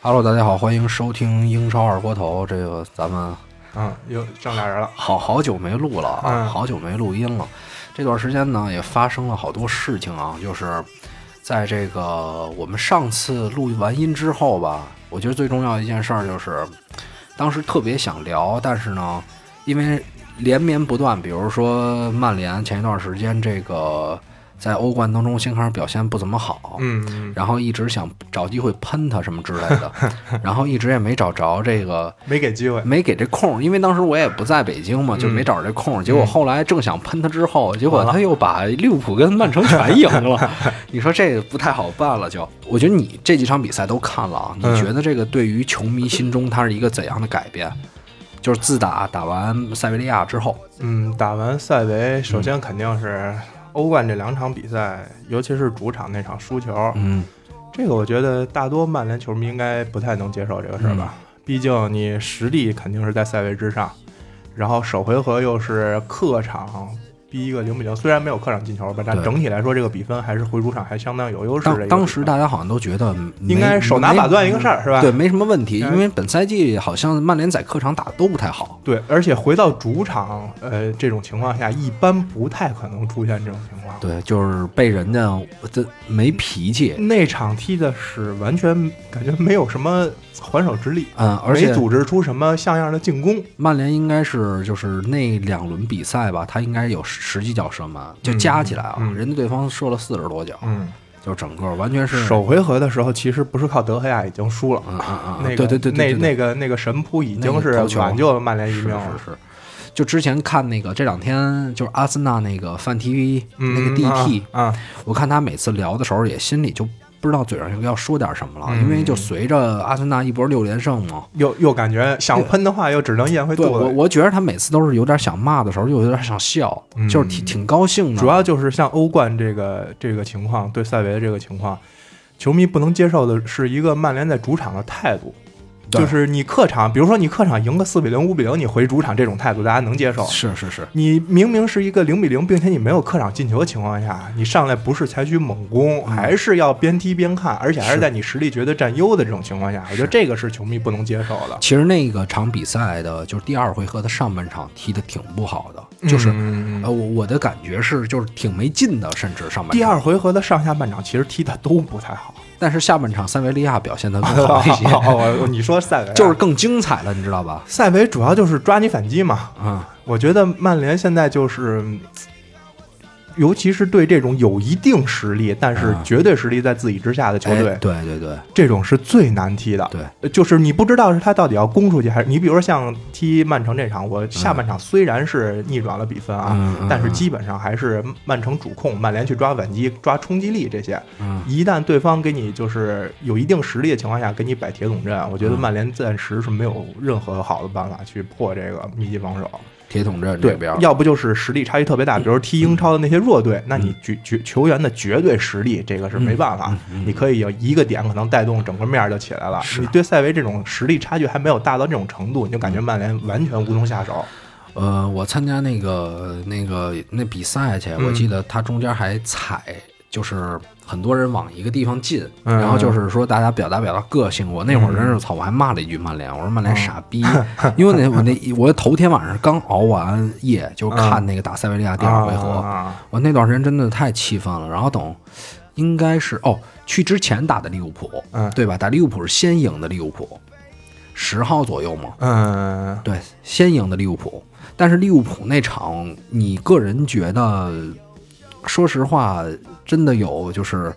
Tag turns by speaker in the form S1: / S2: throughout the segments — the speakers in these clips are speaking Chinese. S1: Hello，大家好，欢迎收听英超二锅头。这个咱们
S2: 嗯，又剩俩人了。
S1: 好好久没录了啊，
S2: 嗯
S1: 好久没录音了。这段时间呢，也发生了好多事情啊，就是在这个我们上次录完音之后吧，我觉得最重要的一件事儿就是，当时特别想聊，但是呢，因为连绵不断，比如说曼联前一段时间这个在欧冠当中先开始表现不怎么好，
S2: 嗯嗯，
S1: 然后一直想找机会喷他什么之类 的，然后一直也没找着这个，
S2: 没给机会。
S1: 没给这空儿，因为当时我也不在北京嘛，
S2: 嗯
S1: 就没找着这空儿。结果后来正想喷他之后，结果他又把利物浦跟曼城全赢 了，你说这个不太好办了就。我觉得你这几场比赛都看了啊，你
S2: 嗯
S1: 觉得这个对于球迷心中它是一个怎样的改变？就是自打打完塞维利亚之后，
S2: 嗯，打完塞维，首先肯定是欧冠这两场比赛，尤其是主场那场输球，
S1: 嗯
S2: 这个我觉得大多曼联球迷应该不太能接受这个事儿吧。毕竟你实力肯定是在塞维之上，然后首回合又是客场逼一个零比零，虽然没有客场进球吧，但
S1: 对
S2: 整体来说这个比分还是回主场还相当有优势的
S1: 当
S2: 一个
S1: 当
S2: 比
S1: 时
S2: 分
S1: 大家好像都觉得没
S2: 应该手拿把攥一个事儿是吧？
S1: 对，没什么问题，
S2: 嗯
S1: 因为本赛季好像曼联在客场打得都不太好。
S2: 对，而且回到主场，呃，这种情况下一般不太可能出现这种情况。
S1: 对，就是被人家这没脾气，
S2: 那场踢的是完全感觉没有什么还手之力，
S1: 嗯，而
S2: 没
S1: 且
S2: 组织出什么像样的进攻。
S1: 曼联应该是就是那两轮比赛吧，他应该有十几脚射门，就加起来啊，
S2: 嗯嗯
S1: 人家对方射了四十多脚，
S2: 嗯，
S1: 就整个完全是
S2: 首回合的时候其实不是靠德赫亚已经输了，
S1: 嗯嗯嗯，
S2: 啊那个
S1: 对对对对，
S2: 那
S1: 对
S2: 那个那个神扑已
S1: 那
S2: 经
S1: 个
S2: 是
S1: 头球
S2: 挽救了曼联一啊
S1: 是
S2: 命了
S1: 是。是。就之前看那个，这两天就是阿森纳那个范 TV
S2: 嗯
S1: 那个 DT，、
S2: 啊，啊
S1: 我看他每次聊的时候，也心里就不知道嘴上要说点什么了，
S2: 嗯
S1: 因为就随着阿森纳一波六连胜嘛，
S2: 又又感觉想喷的话又只能咽回肚
S1: 对我
S2: 子里。
S1: 我觉得他每次都是有点想骂的时候，又有点想笑，
S2: 嗯
S1: 就是挺挺高兴的，
S2: 主要就是像欧冠这个这个情况，对塞维的这个情况，球迷不能接受的是一个曼联在主场的态度。
S1: 对
S2: 就是你客场，比如说你客场赢个四比零、五比零，你回主场这种态度，大家能接受。
S1: 是是是，
S2: 你明明是一个零比零，并且你没有客场进球的情况下，你上来不是采取猛攻，还是要边踢边看，而且还是
S1: 嗯是
S2: 在你实力觉得占优的这种情况下，我觉得这个是球迷不能接受的。
S1: 其实那个场比赛的，就是第二回合的上半场踢得挺不好的，就是、
S2: 嗯
S1: 呃，我我的感觉是，就是挺没劲的，甚至上半场。
S2: 第二，回合的上下半场其实踢的都不太好。
S1: 但是下半场塞维利亚表现得更
S2: 哦
S1: 好一 些，
S2: 哦哦你说塞维啊
S1: 就是更精彩了，你知道吧？
S2: 塞维主要就是抓你反击嘛。
S1: 啊、
S2: 我觉得曼联现在就是，嗯尤其是对这种有一定实力，但是
S1: 啊
S2: 绝对实力在自己之下的球队，啊
S1: 哎对对对
S2: 这种是最难踢的。
S1: 对，
S2: 呃就是你不知道是他到底要攻出去，还是你比如说像踢曼城这场，我下半场虽然是逆转了比分啊。
S1: 嗯嗯
S2: 但是基本上还是曼城主控，曼联去抓反击、抓冲击力这些。
S1: 嗯
S2: 一旦对方给你就是有一定实力的情况下，给你摆铁桶阵，我觉得
S1: 嗯
S2: 曼联暂时是没有任何好的办法去破这个密集防守。
S1: 铁桶阵这
S2: 对
S1: 边，，
S2: 要不嗯就是实力差距特别大，比如踢英超的那些弱队，那你绝绝球员的绝对实力，这个是没办法。你可以有一个点可能带动整个面儿就起来了。
S1: 是
S2: 你对塞维这种实力差距还没有大到这种程度，你就感觉曼联完全无从下手。
S1: 呃，我参加那个那个那比赛去，我
S2: 嗯
S1: 记得他中间还踩，就是很多人往一个地方进，
S2: 嗯
S1: 然后就是说大家表达表达个性。我那会儿真是操，我还骂了一句曼联，我说曼联傻逼，
S2: 哦
S1: 因为那我那我头天晚上刚熬完夜，就看那个打塞维利亚第二回合，
S2: 啊，
S1: 我那段时间真的太气愤了。然后等，应该是哦，去之前打的利物浦，
S2: 嗯
S1: 对吧？打利物浦是先赢的利物浦，十号左右嘛，
S2: 嗯，
S1: 对，先赢的利物浦。但是利物浦那场，你个人觉得，说实话，真的有就是，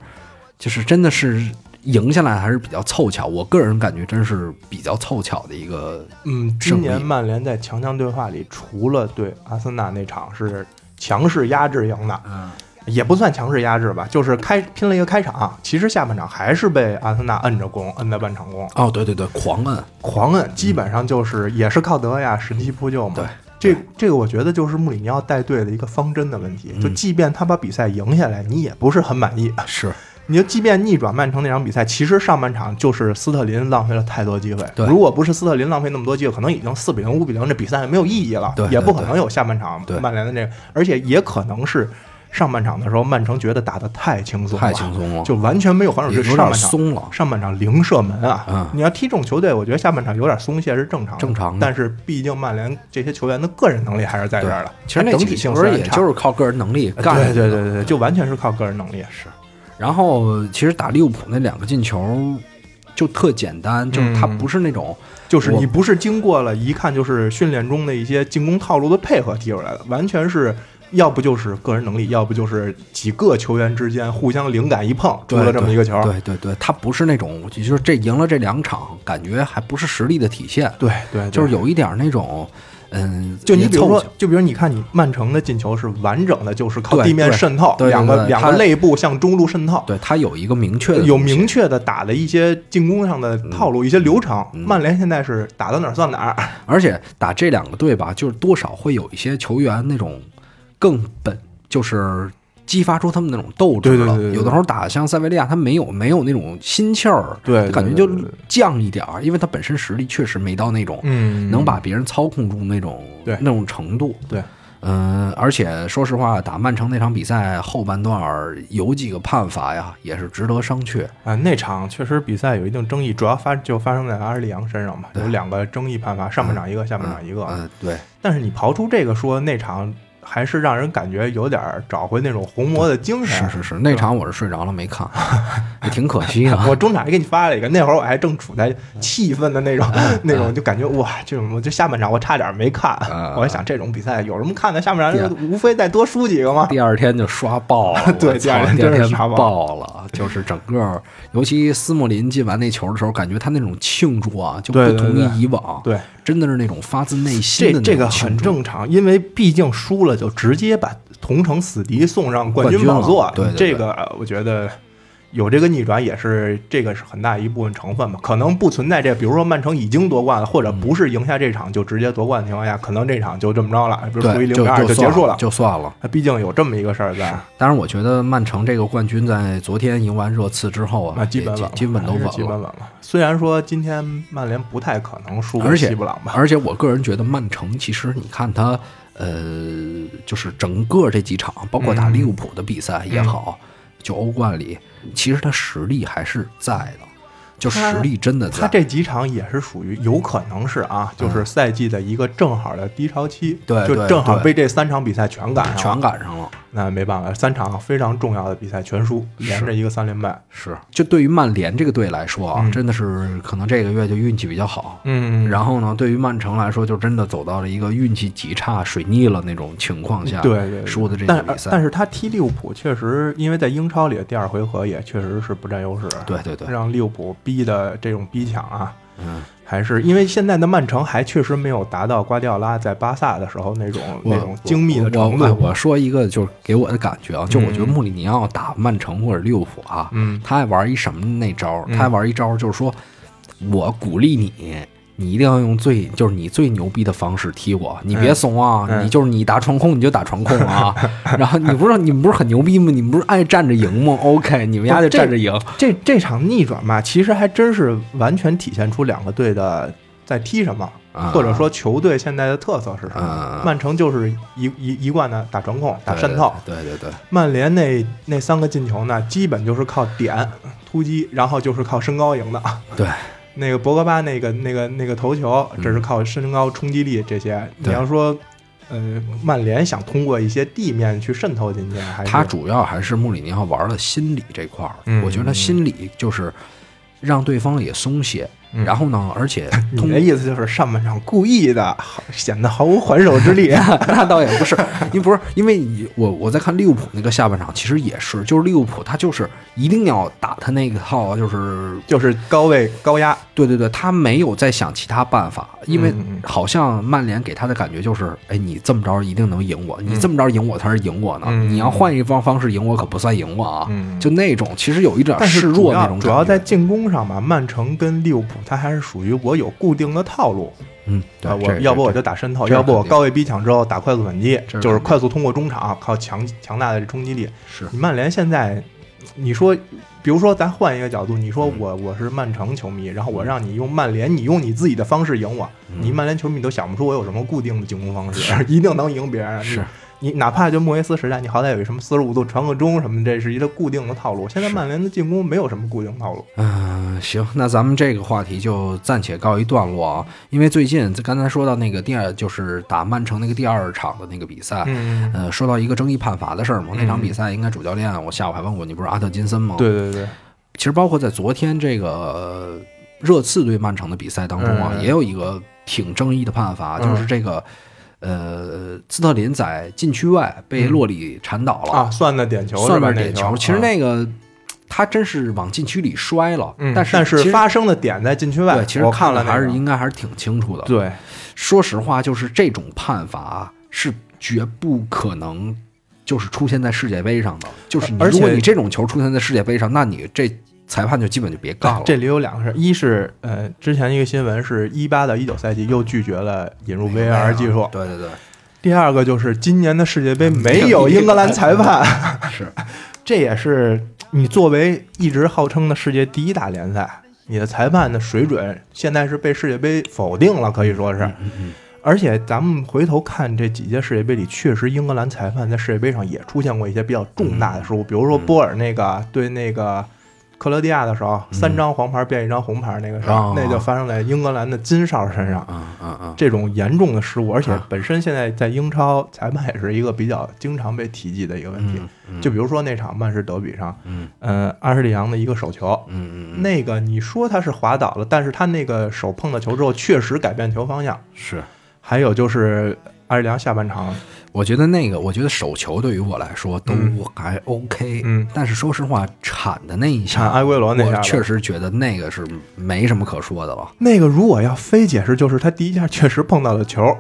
S1: 就是真的是赢下来还是比较凑巧。我个人感觉真是比较凑巧的一个，
S2: 嗯，
S1: 胜
S2: 今
S1: 利
S2: 年曼联在强强对话里，除了对阿森纳那场是强势压制赢的，
S1: 嗯，
S2: 也不算强势压制吧，就是开拼了一个开场，其实下半场还是被阿森纳摁着攻，摁在半场攻，
S1: 哦，对对对，狂摁，
S2: 狂摁，基本上就是也是靠德赫亚神奇扑救嘛。
S1: 对，
S2: 这这个我觉得就是穆里尼奥带队的一个方针的问题。就
S1: 嗯
S2: 即便他把比赛赢下来，你也不是很满意。
S1: 是
S2: 你就即便逆转曼城那场比赛，其实上半场就是斯特林浪费了太多机会。
S1: 对
S2: 如果不是斯特林浪费那么多机会，可能已经四比零、五比零，这比赛没有意义了，
S1: 对对
S2: 也不可能有下半场
S1: 对
S2: 曼联的这个，而且也可能是上半场的时候，曼城觉得打得太轻松了，
S1: 太轻松了，
S2: 就完全没有防守
S1: 也
S2: 力。
S1: 有
S2: 上半
S1: 点
S2: 场哎
S1: 松了。
S2: 上半场零射门啊！
S1: 嗯
S2: 你要踢这种球队，我觉得下半场有点松懈是正常的，
S1: 正常的
S2: 但是毕竟曼联这些球员的个人能力还是在这儿的，
S1: 其实那
S2: 整
S1: 几
S2: 体
S1: 个
S2: 性
S1: 球
S2: 虽然
S1: 也
S2: 差呃
S1: 就是靠个人能力干。
S2: 对对对对对，就完全是靠个人能力。
S1: 然后其实打利物浦那两个进球就特简单，
S2: 嗯
S1: 就是他不是那种
S2: 就是
S1: 我
S2: 你不是经过了一看就是训练中的一些进攻套路的配合踢出来的，完全是要不就是个人能力，要不就是几个球员之间互相灵感一碰出
S1: 对
S2: 了这么一个球。
S1: 对对对，他不是那种，就是这赢了这两场，感觉还不是实力的体现，
S2: 对对对
S1: 就是有一点那种，嗯，
S2: 就你比如
S1: 也
S2: 说
S1: 凑巧，
S2: 就比如你看你曼城的进球是完整的，就是靠
S1: 对
S2: 地面
S1: 对
S2: 渗透，
S1: 对对
S2: 两
S1: 对
S2: 个
S1: 对
S2: 两个
S1: 它
S2: 肋部向中路渗透，
S1: 对他有一个明确的
S2: 有
S1: 东西
S2: 明确的打的一些进攻上的套路、一些流程。
S1: 嗯
S2: 曼联现在是打到哪儿算哪儿，
S1: 而且打这两个队吧，就是多少会有一些球员那种更本，就是激发出他们那种斗志
S2: 对对
S1: 了。
S2: 对对对
S1: 有的时候打像塞维利亚，他没有没有那种心气儿，
S2: 对对
S1: 感觉
S2: 对
S1: 就
S2: 对对
S1: 犟一点儿，因为他本身实力确实没到那种、
S2: 嗯
S1: 能把别人操控住那种
S2: 对
S1: 那种程度。
S2: 对，
S1: 嗯，而且说实话，打曼城那场比赛后半段儿有几个判罚呀，也是值得商榷。
S2: 啊，那场确实比赛有一定争议，主要发就发生在阿什利杨身上嘛，有两个争议判罚，上半场一个，下半场一个。
S1: 嗯，对，
S2: 但是你刨出这个说，那场还是让人感觉有点儿找回那种红魔的精神。
S1: 是是是，那场我是睡着了没看，啊也挺可惜的。
S2: 我中场还给你发了一个，那会儿我还正处在气愤的那种、 那种，就感觉哇，这种我就下半场我差点没看，
S1: 嗯
S2: 我还想这种比赛有什么看的？下半
S1: 对
S2: 场
S1: 啊
S2: 就无非再多输几个嘛。
S1: 第二天就刷爆 了，
S2: 对
S1: 我操
S2: 第二天
S1: 第二
S2: 真是
S1: 天
S2: 刷爆
S1: 爆了，就是整个，尤其斯莫林进完那球的时候，感觉他那种庆祝啊，就
S2: 对
S1: 不
S2: 对
S1: 同
S2: 对
S1: 于以往，
S2: 对，
S1: 真的是那种发自内心
S2: 这
S1: 的
S2: 这
S1: 那
S2: 个
S1: 种庆
S2: 很
S1: 祝。
S2: 正常，因为毕竟输了就直接把同城死敌送上冠军宝座
S1: 冠，军了对对
S2: 这个呃我觉得。有这个逆转也是这个是很大一部分成分吧，可能不存在这，比如说曼城已经夺冠了，或
S1: 嗯
S2: 者不是赢下这场就直接夺冠的情况下，可能这场就这么着了，比如
S1: 对，
S2: 说负一零
S1: 就
S2: 比二
S1: 就
S2: 结束了。
S1: 就算了。
S2: 它毕竟有这么一个事儿在，
S1: 当然，我觉得曼城这个冠军在昨天赢完热刺之后
S2: 那
S1: 啊，
S2: 基本稳
S1: 也
S2: 了，
S1: 基本都
S2: 还
S1: 稳
S2: 是基本
S1: 了。
S2: 稳了。虽然说今天曼联不太可能输给
S1: 而且
S2: 西布朗吧，
S1: 而且我个人觉得，曼城其实你看他，呃，就是整个这几场，包括打
S2: 嗯
S1: 利物浦的比赛也好，就欧冠里，其实他实力还是在的，就
S2: 他
S1: 实力真的在。
S2: 他这几场也是属于有可能是啊，就是赛季的一个正好的低潮期，
S1: 嗯对
S2: 就
S1: 对
S2: 正好
S1: 对
S2: 被这三场比赛全赶上，
S1: 全，赶上了，
S2: 那没办法，三场非常重要的比赛全输，连着一个三连败，
S1: 是。就对于曼联这个队来说啊，真的是可能这个月就运气比较好。
S2: 嗯
S1: 然后呢，对于曼城来说，就真的走到了一个运气极差、水逆了那种情况下，
S2: 对对对
S1: 输的这
S2: 但
S1: 个比赛。
S2: 但是他踢利物浦确实，因为在英超里的第二回合也确实是不占优势，
S1: 对对对，
S2: 让利物浦逼的这种逼抢啊，
S1: 嗯，
S2: 还是因为现在的曼城还确实没有达到瓜迪奥拉在巴萨的时候那种那种精密的程
S1: 我我
S2: 度，
S1: 我我说一个就是给我的感觉啊，就我觉得穆里尼奥打曼城或者利物浦啊，
S2: 嗯
S1: 他爱玩一什么那招儿？
S2: 嗯
S1: 他爱玩一招儿就是说，我鼓励你。你一定要用最就是你最牛逼的方式踢我，你别怂啊！
S2: 嗯
S1: 你就是你打传控你就打传控 啊！然后你不是你们不是很牛逼吗？你们不是爱站着赢吗？OK，你们家就
S2: 这
S1: 站着赢。
S2: 这这场逆转吧，其实还真是完全体现出两个队的在踢什么，
S1: 啊
S2: 或者说球队现在的特色是什么
S1: 啊。
S2: 曼城就是一一一贯的打传控、打渗透，
S1: 对对对，
S2: 曼联那那三个进球呢，基本就是靠点突击，然后就是靠身高赢的。
S1: 对，
S2: 那个博格巴那个那个那个头球，
S1: 嗯
S2: 这是靠身高冲击力这些。你
S1: 对
S2: 要说，呃，曼联想通过一些地面去渗透进去，还是
S1: 他主要还是穆里尼奥玩了心理这块儿，
S2: 嗯
S1: 我觉得他心理就是让对方也松懈，
S2: 嗯
S1: 然后呢，而且
S2: 你
S1: 通
S2: 的意思就是上半场故意的显得毫无还手之力。
S1: 那倒也不是，因为不是因为你我我在看利物浦那个下半场，其实也是，就是利物浦他就是一定要打他那个套，就是
S2: 就是高位高压，
S1: 对对对，他没有在想其他办法，因为
S2: 嗯嗯
S1: 好像曼联给他的感觉就是，哎，你这么着一定能赢我，你这么着赢我才是赢我呢，
S2: 嗯
S1: 你要换一方方式赢我可不算赢我啊，
S2: 嗯
S1: 就那种其实有一点
S2: 但
S1: 示
S2: 是主
S1: 弱那
S2: 要
S1: 种感觉，
S2: 主要在进攻上吧，曼城跟利物浦它还是属于我有固定的套路，
S1: 嗯，对，
S2: 啊，
S1: 这
S2: 我
S1: 个
S2: 要不我
S1: 这
S2: 就
S1: 个
S2: 打深套，
S1: 这个
S2: 要不我
S1: 肯定
S2: 高位逼抢之后打快速反击，
S1: 这个
S2: 就是
S1: 肯定
S2: 快速通过中场，靠强强大的冲击力。
S1: 是
S2: 你曼联现在，你说，比如说咱换一个角度，你说我
S1: 嗯
S2: 我是曼城球迷，然后我让你用曼联，你用你自己的方式赢我，
S1: 嗯
S2: 你曼联球迷都想不出我有什么固定的进攻方式， 一定能赢别人。
S1: 是
S2: 你，你哪怕就莫耶斯时代，你好歹有什么四十五度传个中什么，这是一个固定的套路。现在
S1: 是
S2: 曼联的进攻没有什么固定套路，
S1: 嗯、行，那咱们这个话题就暂且告一段落啊，因为最近刚才说到那个第二，就是打曼城那个第二场的那个比赛，
S2: 嗯，
S1: 呃，说到一个争议判罚的事儿嘛，那场
S2: 嗯
S1: 比赛应该主教练，啊我下午还问过你，不是阿特金森吗？，
S2: 对对对，
S1: 其实包括在昨天这个呃热刺对曼城的比赛当中啊，
S2: 嗯
S1: 也有一个挺争议的判罚，
S2: 嗯
S1: 就是这个。呃，斯特林在禁区外被洛里铲倒了，
S2: 嗯啊，算的点球是吧，
S1: 算是点
S2: 球，
S1: 球。其实
S2: 啊
S1: 那个他真是往禁区里摔了，
S2: 嗯，
S1: 但
S2: 但
S1: 是其实
S2: 发生的点在禁区外，
S1: 对，其实
S2: 我看
S1: 了还是
S2: 那个
S1: 应该还是挺清楚的。
S2: 对，
S1: 说实话，就是这种判罚是绝不可能就是出现在世界杯上的。就是你
S2: 而且
S1: 如果你这种球出现在世界杯上，那你这裁判就基本就别干了。
S2: 啊这里有两个事儿，一是呃，之前一个新闻是一八到一九赛季又拒绝了引入 VAR 技术，
S1: 哎对对对，
S2: 第二个就是今年的世界
S1: 嗯
S2: 杯没有英格兰裁判，
S1: 是
S2: 这也是你作为一直号称的世界第一大联赛，你的裁判的水准现在是被世界杯否定了，可以说
S1: 嗯
S2: 是。而且咱们回头看这几届世界杯里，确实英格兰裁判在世界杯上也出现过一些比较重大的失
S1: 嗯
S2: 误，比如说波尔那个对那个克罗地亚的时
S1: 嗯
S2: 候，三张黄牌变一张红牌那个事
S1: 啊
S2: 儿，那就发生在英格兰的金哨身上。
S1: 嗯嗯嗯，
S2: 这种严重的失误，而且
S1: 啊
S2: 本身现在在英超裁判也是一个比较经常被提及的一个问题。
S1: 嗯
S2: 就比如说那场曼市德比上，
S1: 嗯
S2: 呃，阿什利杨的一个手球，
S1: 嗯嗯，
S2: 那个你说他是滑倒了，但是他那个手碰到球之后确实改变球方向。
S1: 是。
S2: 还有就是阿什利杨下半场，
S1: 我觉得那个，我觉得手球对于我来说都
S2: 嗯
S1: 还 OK，
S2: 嗯
S1: 但是说实话，铲的那一下，
S2: 铲埃圭啊罗那下
S1: 我
S2: 吧
S1: 确实觉得那个是没什么可说的了。
S2: 那个如果要非解释，就是他第一下确实碰到了球，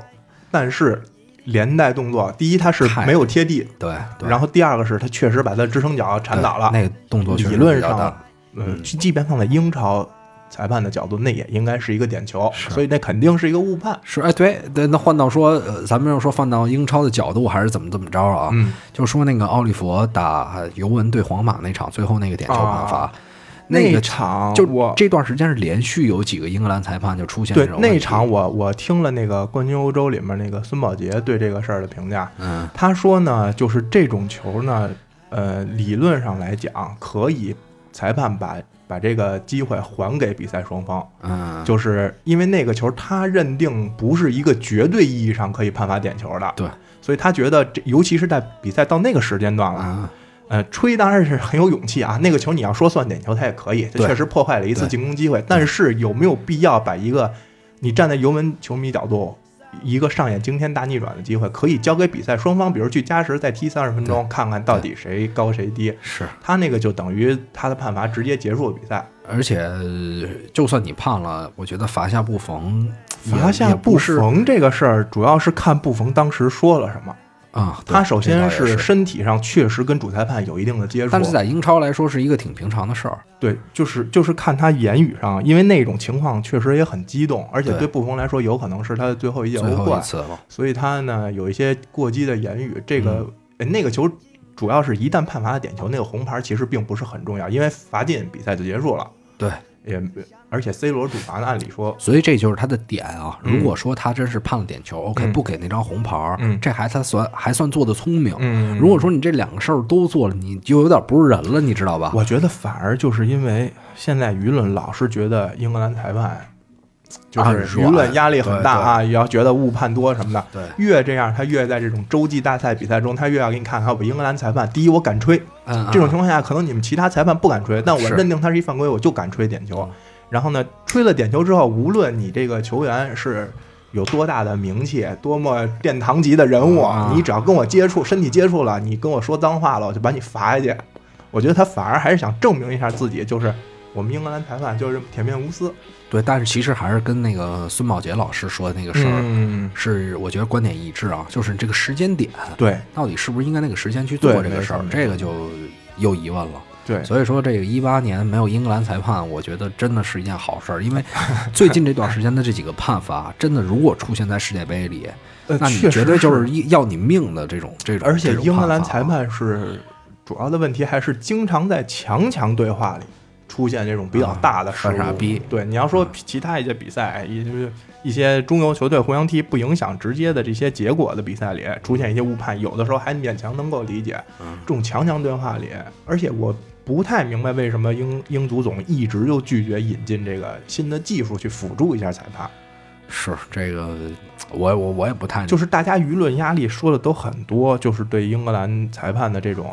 S2: 但是连带动作，第一他是
S1: 太
S2: 没有贴地，
S1: 对，对
S2: 然后第二个是他确实把他支撑脚铲倒了。
S1: 对那个动作确实
S2: 理论
S1: 比较
S2: 上
S1: 大
S2: 嗯，即即便放在英超裁判的角度，那也应该是一个点球，所以那肯定是一个误判。
S1: 是哎，对，对，那换到说，呃，咱们要说放到英超的角度，还是怎么怎么着啊？
S2: 嗯，
S1: 就说那个奥利佛打尤文对皇马那场，最后那个点球判罚，
S2: 啊
S1: 那个
S2: 场
S1: 就
S2: 我
S1: 这段时间是连续有几个英格兰裁判就出现这
S2: 对
S1: 种问
S2: 那
S1: 题
S2: 场我我听了那个冠军欧洲里面那个孙宝杰对这个事儿的评价，
S1: 嗯
S2: 他说呢，就是这种球呢，呃，理论上来讲可以裁判把把这个机会还给比赛双方，
S1: 嗯，
S2: 就是因为那个球他认定不是一个绝对意义上可以判罚点球的，
S1: 对，
S2: 所以他觉得这尤其是在比赛到那个时间段了。
S1: 啊，
S2: 呃，吹当然是很有勇气啊。那个球你要说算点球，他也可以，这
S1: 对
S2: 确实破坏了一次
S1: 对嗯
S2: 进攻机会。但是有没有必要把一个你站在尤文球迷角度，一个上演惊天大逆转的机会，可以交给比赛双方，比如去加时再踢三十分钟，看看到底谁高谁低？
S1: 是，
S2: 他那个就等于他的判罚直接结束比赛，
S1: 而且呃就算你判了，我觉得罚下不逢，也
S2: 罚下
S1: 也
S2: 不
S1: 不是
S2: 冯这个事儿，主要是看不冯当时说了什么。
S1: 啊，对
S2: 嗯他首
S1: 这倒
S2: 先
S1: 也是
S2: 是身体上确实跟主裁判有一定的接触，
S1: 但是在英超来说是一个挺平常的事儿，
S2: 对，就是就是看他言语上，因为那种情况确实也很激动，而且
S1: 对
S2: 对布冯来说，有可能是他的最后一届
S1: 最
S2: 欧
S1: 后
S2: 冠
S1: 一，次了，
S2: 所以他呢有一些过激的言语。这个、
S1: 嗯
S2: 呃那个球主要是一旦判罚的点球，那个红牌其实并不是很重要，因为罚进比赛就结束了，
S1: 对。
S2: 也而且 C 罗主罚呢，按理说
S1: 所以这就是他的点啊。
S2: 嗯
S1: 如果说他真是判了点球、o k
S2: 嗯
S1: 不给那张红牌儿，
S2: 嗯
S1: 这还他算还算做的聪明。
S2: 嗯
S1: 如果说你这两个事儿都做了，你就有点不是人了，你知道吧？
S2: 我觉得反而就是因为现在舆论老是觉得英格兰裁判就
S1: 啊
S2: 是
S1: 你说
S2: 舆
S1: 哎
S2: 论压力很
S1: 对
S2: 大
S1: 对
S2: 啊，也要觉得误判多什么的。
S1: 对
S2: 越这样，他越在这种洲际大赛比赛中，他越要给你看啊看我英格兰裁判。第一，我敢吹，
S1: 嗯，
S2: 这种
S1: 嗯
S2: 情况下，可能你们其他裁判不敢吹，但我
S1: 是
S2: 认定啊他是一嗯犯规，我就敢吹点球。然后呢，吹了点球之后，无论你这个球员是有多大的名气，多么殿堂级的人物，
S1: 啊
S2: 你只要跟我接触，身体接触了，你跟我说脏话了，我就把你罚下去。我觉得他反而还是想证明一下自己，就是我们英格兰裁判就是铁面无私。
S1: 对，但是其实还是跟那个孙宝杰老师说的那个事儿、
S2: 嗯，
S1: 是，我觉得观点一致啊，就是这个时间点
S2: 对
S1: 到底是不是应该那个时间去做这
S2: 对
S1: 个事儿
S2: 没，错
S1: 这个就有疑问了。
S2: 对，
S1: 所以说，这个一八年没有英格兰裁判，我觉得真的是一件好事儿， 因为最近这段时间的这几个判罚，真的如果出现在世界杯里，
S2: 呃，
S1: 那你
S2: 确
S1: 绝
S2: 实
S1: 对就是一要你命的这种这种。
S2: 而且
S1: 这种
S2: 英格兰
S1: 判罚
S2: 裁判是主要的问题，还是经常在强强对话里出现这种比较大的失误。
S1: 啊犯傻逼啊
S2: 对，你要说其他一些比赛，一些一些中游球队互相踢不影响直接的这些结果的比赛里，出现一些误判，有的时候还勉强能够理解。
S1: 嗯
S2: 这种强强对话里，而且我。不太明白为什么英英足总一直就拒绝引进这个新的技术去辅助一下裁判，
S1: 是这个，我我我也不太
S2: 就是大家舆论压力说的都很多，就是对英格兰裁判的这种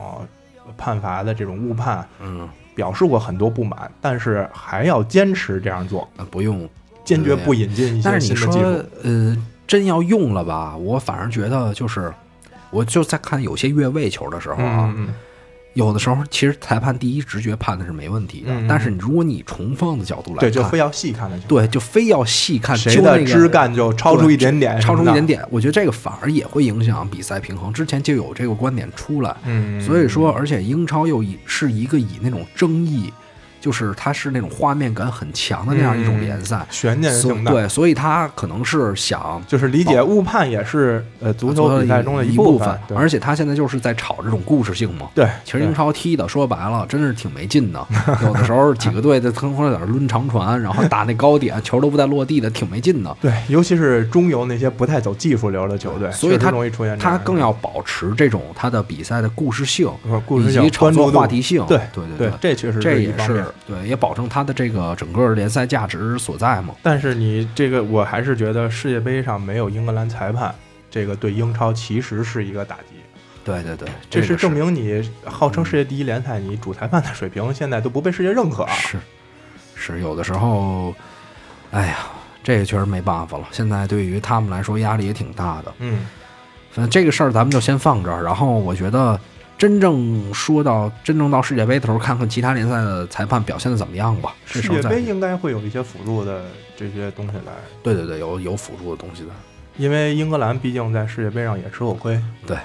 S2: 判罚的这种误判
S1: 嗯，
S2: 表示过很多不满，但是还要坚持这样做，
S1: 那呃不用。
S2: 坚决不引进一些
S1: 但是你
S2: 新
S1: 说
S2: 的技术。
S1: 呃，真要用了吧，我反而觉得就是，我就在看有些越位球的时候啊，
S2: 嗯嗯
S1: 有的时候其实裁判第一直觉判的是没问题的，
S2: 嗯
S1: 但是你如果你从放的角度
S2: 嗯，
S1: 来
S2: 对，
S1: 看，
S2: 就非要细看的球，
S1: 对就非要细看
S2: 谁
S1: 揪
S2: 的
S1: 那个
S2: 枝干就超出一点点，
S1: 超出一
S2: 什么的
S1: 点，点，我觉得这个反而也会影响比赛平衡。之前就有这个观点出来，
S2: 嗯，
S1: 所以说，而且英超又以是一个以那种争议，就是它是那种画面感很强的那样一种联赛，
S2: 悬嗯念
S1: 所
S2: 性的，
S1: 对，所以他可能是想
S2: 就是理解误判也是呃足球比赛中的
S1: 一
S2: 部
S1: 分，
S2: 对
S1: 而且他现在就是在炒这种故事性嘛。
S2: 对，
S1: 其实英
S2: 对
S1: 超踢的说白了，真是挺没劲的。有的时候几个队在腾空在那抡长传，然后打那高点，球都不带落地的，挺没劲的。
S2: 对，尤其是中游那些不太走技术流的球队，
S1: 所以
S2: 确实
S1: 他
S2: 容易出现这样
S1: 他
S2: 的
S1: 更要保持这种他的比赛的故事性，
S2: 呃嗯故事
S1: 以
S2: 性
S1: 及炒
S2: 关
S1: 作
S2: 注度
S1: 话题性。
S2: 对
S1: 对哦对
S2: 对，，这确实
S1: 这
S2: 一
S1: 也
S2: 方面
S1: 是。对，也保证他的这个整个联赛价值所在嘛。
S2: 但是你这个，我还是觉得世界杯上没有英格兰裁判，这个对英超其实是一个打击。
S1: 对对对，
S2: 这
S1: 个
S2: 是
S1: 是嗯
S2: 证明你号称世界第一联赛，你主裁判的水平现在都不被世界认可。啊
S1: 是是有的时候，哎呀，这也确实没办法了。现在对于他们来说压力也挺大的。
S2: 嗯，
S1: 反正这个事儿咱们就先放这儿。然后我觉得，真正说到真正到世界杯的时候，看看其他联赛的裁判表现的怎么样吧。这
S2: 世
S1: 时候
S2: 界
S1: 再
S2: 杯应该会有一些辅助的这些东西来，
S1: 对对对，有有辅助的东西的。
S2: 因为英格兰毕竟在世界杯上也吃过亏。
S1: 对，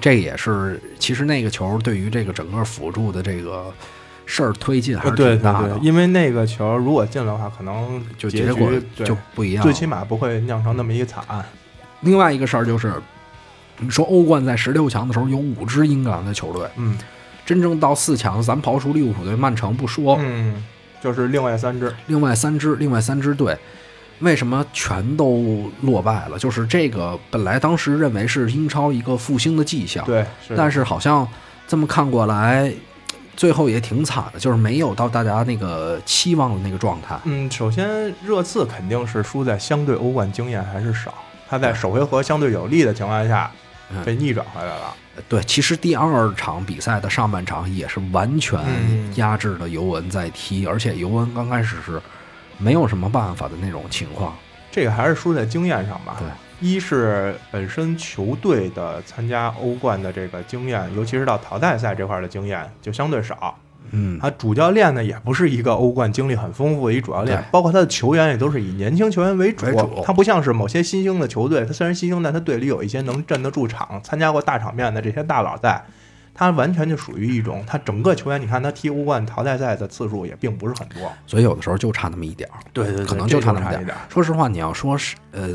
S1: 这也是其实那个球对于这个整个辅助的这个事儿推进还
S2: 呃
S1: 是
S2: 对
S1: 挺
S2: 对
S1: 大的，啊
S2: 对，因为那个球如果进的话，可能
S1: 就
S2: 结
S1: 结果
S2: 局
S1: 就
S2: 对
S1: 不一样了。
S2: 最起码不会酿成那么一个惨案。
S1: 另外一个事儿就是，你说欧冠在十六强的时候有五支英格兰的球队，
S2: 嗯
S1: 真正到四强，咱刨除利物浦对曼城不说，
S2: 嗯，就是另外三支。
S1: 另外三支另外三支队为什么全都落败了？就是这个本来当时认为是英超一个复兴的迹象，
S2: 对，是
S1: 但是好像这么看过来，最后也挺惨的，就是没有到大家那个期望的那个状态。
S2: 嗯，首先热刺肯定是输在相对欧冠经验还是少，他在首回合相对有利的情况下
S1: 嗯
S2: 被逆转回来了。
S1: 对，其实第二场比赛的上半场也是完全
S2: 嗯
S1: 压制的尤文在踢，而且尤文刚开始是没有什么办法的那种情况。
S2: 这个还是输在经验上吧。
S1: 对，
S2: 一是本身球队的参加欧冠的这个经验，尤其是到淘汰赛这块儿的经验就相对少。
S1: 嗯，
S2: 他啊主教练呢也不是一个欧冠经历很丰富的一主教练
S1: 对，
S2: 包括他的球员也都是以年轻球员为主。
S1: 为主
S2: 他不像是某些新兴的球队，他虽然新兴，但他队里有一些能站得住场、参加过大场面的这些大佬在。他完全就属于一种，他整个球员，你看他踢欧冠淘汰赛的次数也并不是很多，
S1: 所以有的时候就差那么一点儿，
S2: 对对
S1: 可能就差那么
S2: 一
S1: 点
S2: 点
S1: 儿。说实话，你要说是呃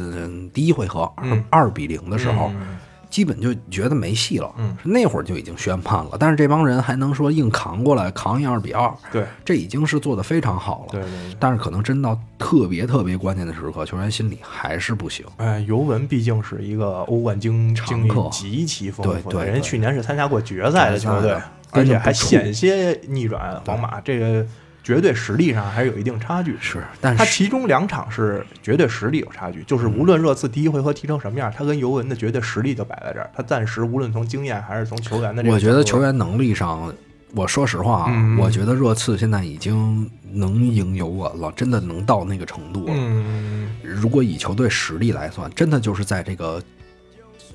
S1: 第一回合二
S2: 嗯
S1: 二比零的
S2: 的
S1: 时候，
S2: 嗯
S1: 基本就觉得没戏了。
S2: 嗯
S1: 那会儿就已经宣判了，但是这帮人还能说硬扛过来，扛一二比二，
S2: 对
S1: 这已经是做得非常好了。
S2: 对对对。
S1: 但是可能真到特别特别关键的时刻，球员心里还是不行。
S2: 哎，尤文毕竟是一个欧冠经
S1: 常
S2: 经历
S1: 客
S2: 极其丰
S1: 对
S2: 富
S1: 对
S2: 的，人家
S1: 对
S2: 去年是参加过决赛的
S1: 决
S2: 球
S1: 赛
S2: 队
S1: 的，
S2: 而
S1: 根
S2: 且
S1: 本
S2: 还
S1: 不怵
S2: 险些逆转皇马，这个绝对实力上还是有一定差距。
S1: 是，但
S2: 他
S1: 是
S2: 其中两场是绝对实力有差距，就是
S1: 嗯
S2: 无论热刺第一回合踢成什么样，他跟尤文的绝对实力就摆在这儿。他暂时无论从经验还是从球员的这个角度，
S1: 我觉得球员能力上，我说实话啊，
S2: 嗯
S1: 我觉得热刺现在已经能赢尤文了，真的能到那个程度了。
S2: 嗯，
S1: 如果以球队实力来算，真的就是在这个，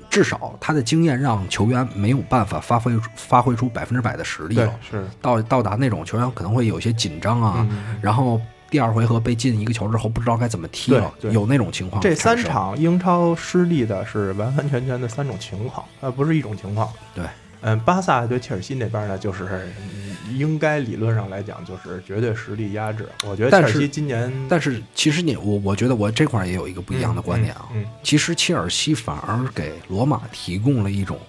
S1: 至少他的经验让球员没有办法发挥出发挥出百分之百的实力
S2: 对
S1: 了。
S2: 是，
S1: 到到达那种球员可能会有些紧张啊，
S2: 嗯
S1: 然后第二回合被进一个球之后不知道该怎么踢了，
S2: 对对
S1: 有那种情况产
S2: 这
S1: 生。
S2: 三场英超失利的是完完全全的三种情况，呃，不是一种情况。
S1: 对，
S2: 嗯，巴萨对切尔西那边呢，就是嗯应该理论上来讲就是绝对实力压制。我觉得
S1: 但
S2: 切尔
S1: 是
S2: 西今年
S1: 但是其实你我我觉得我这块儿也有一个不一样的观点啊。
S2: 嗯
S1: 其实切尔西反而给罗马提供了一种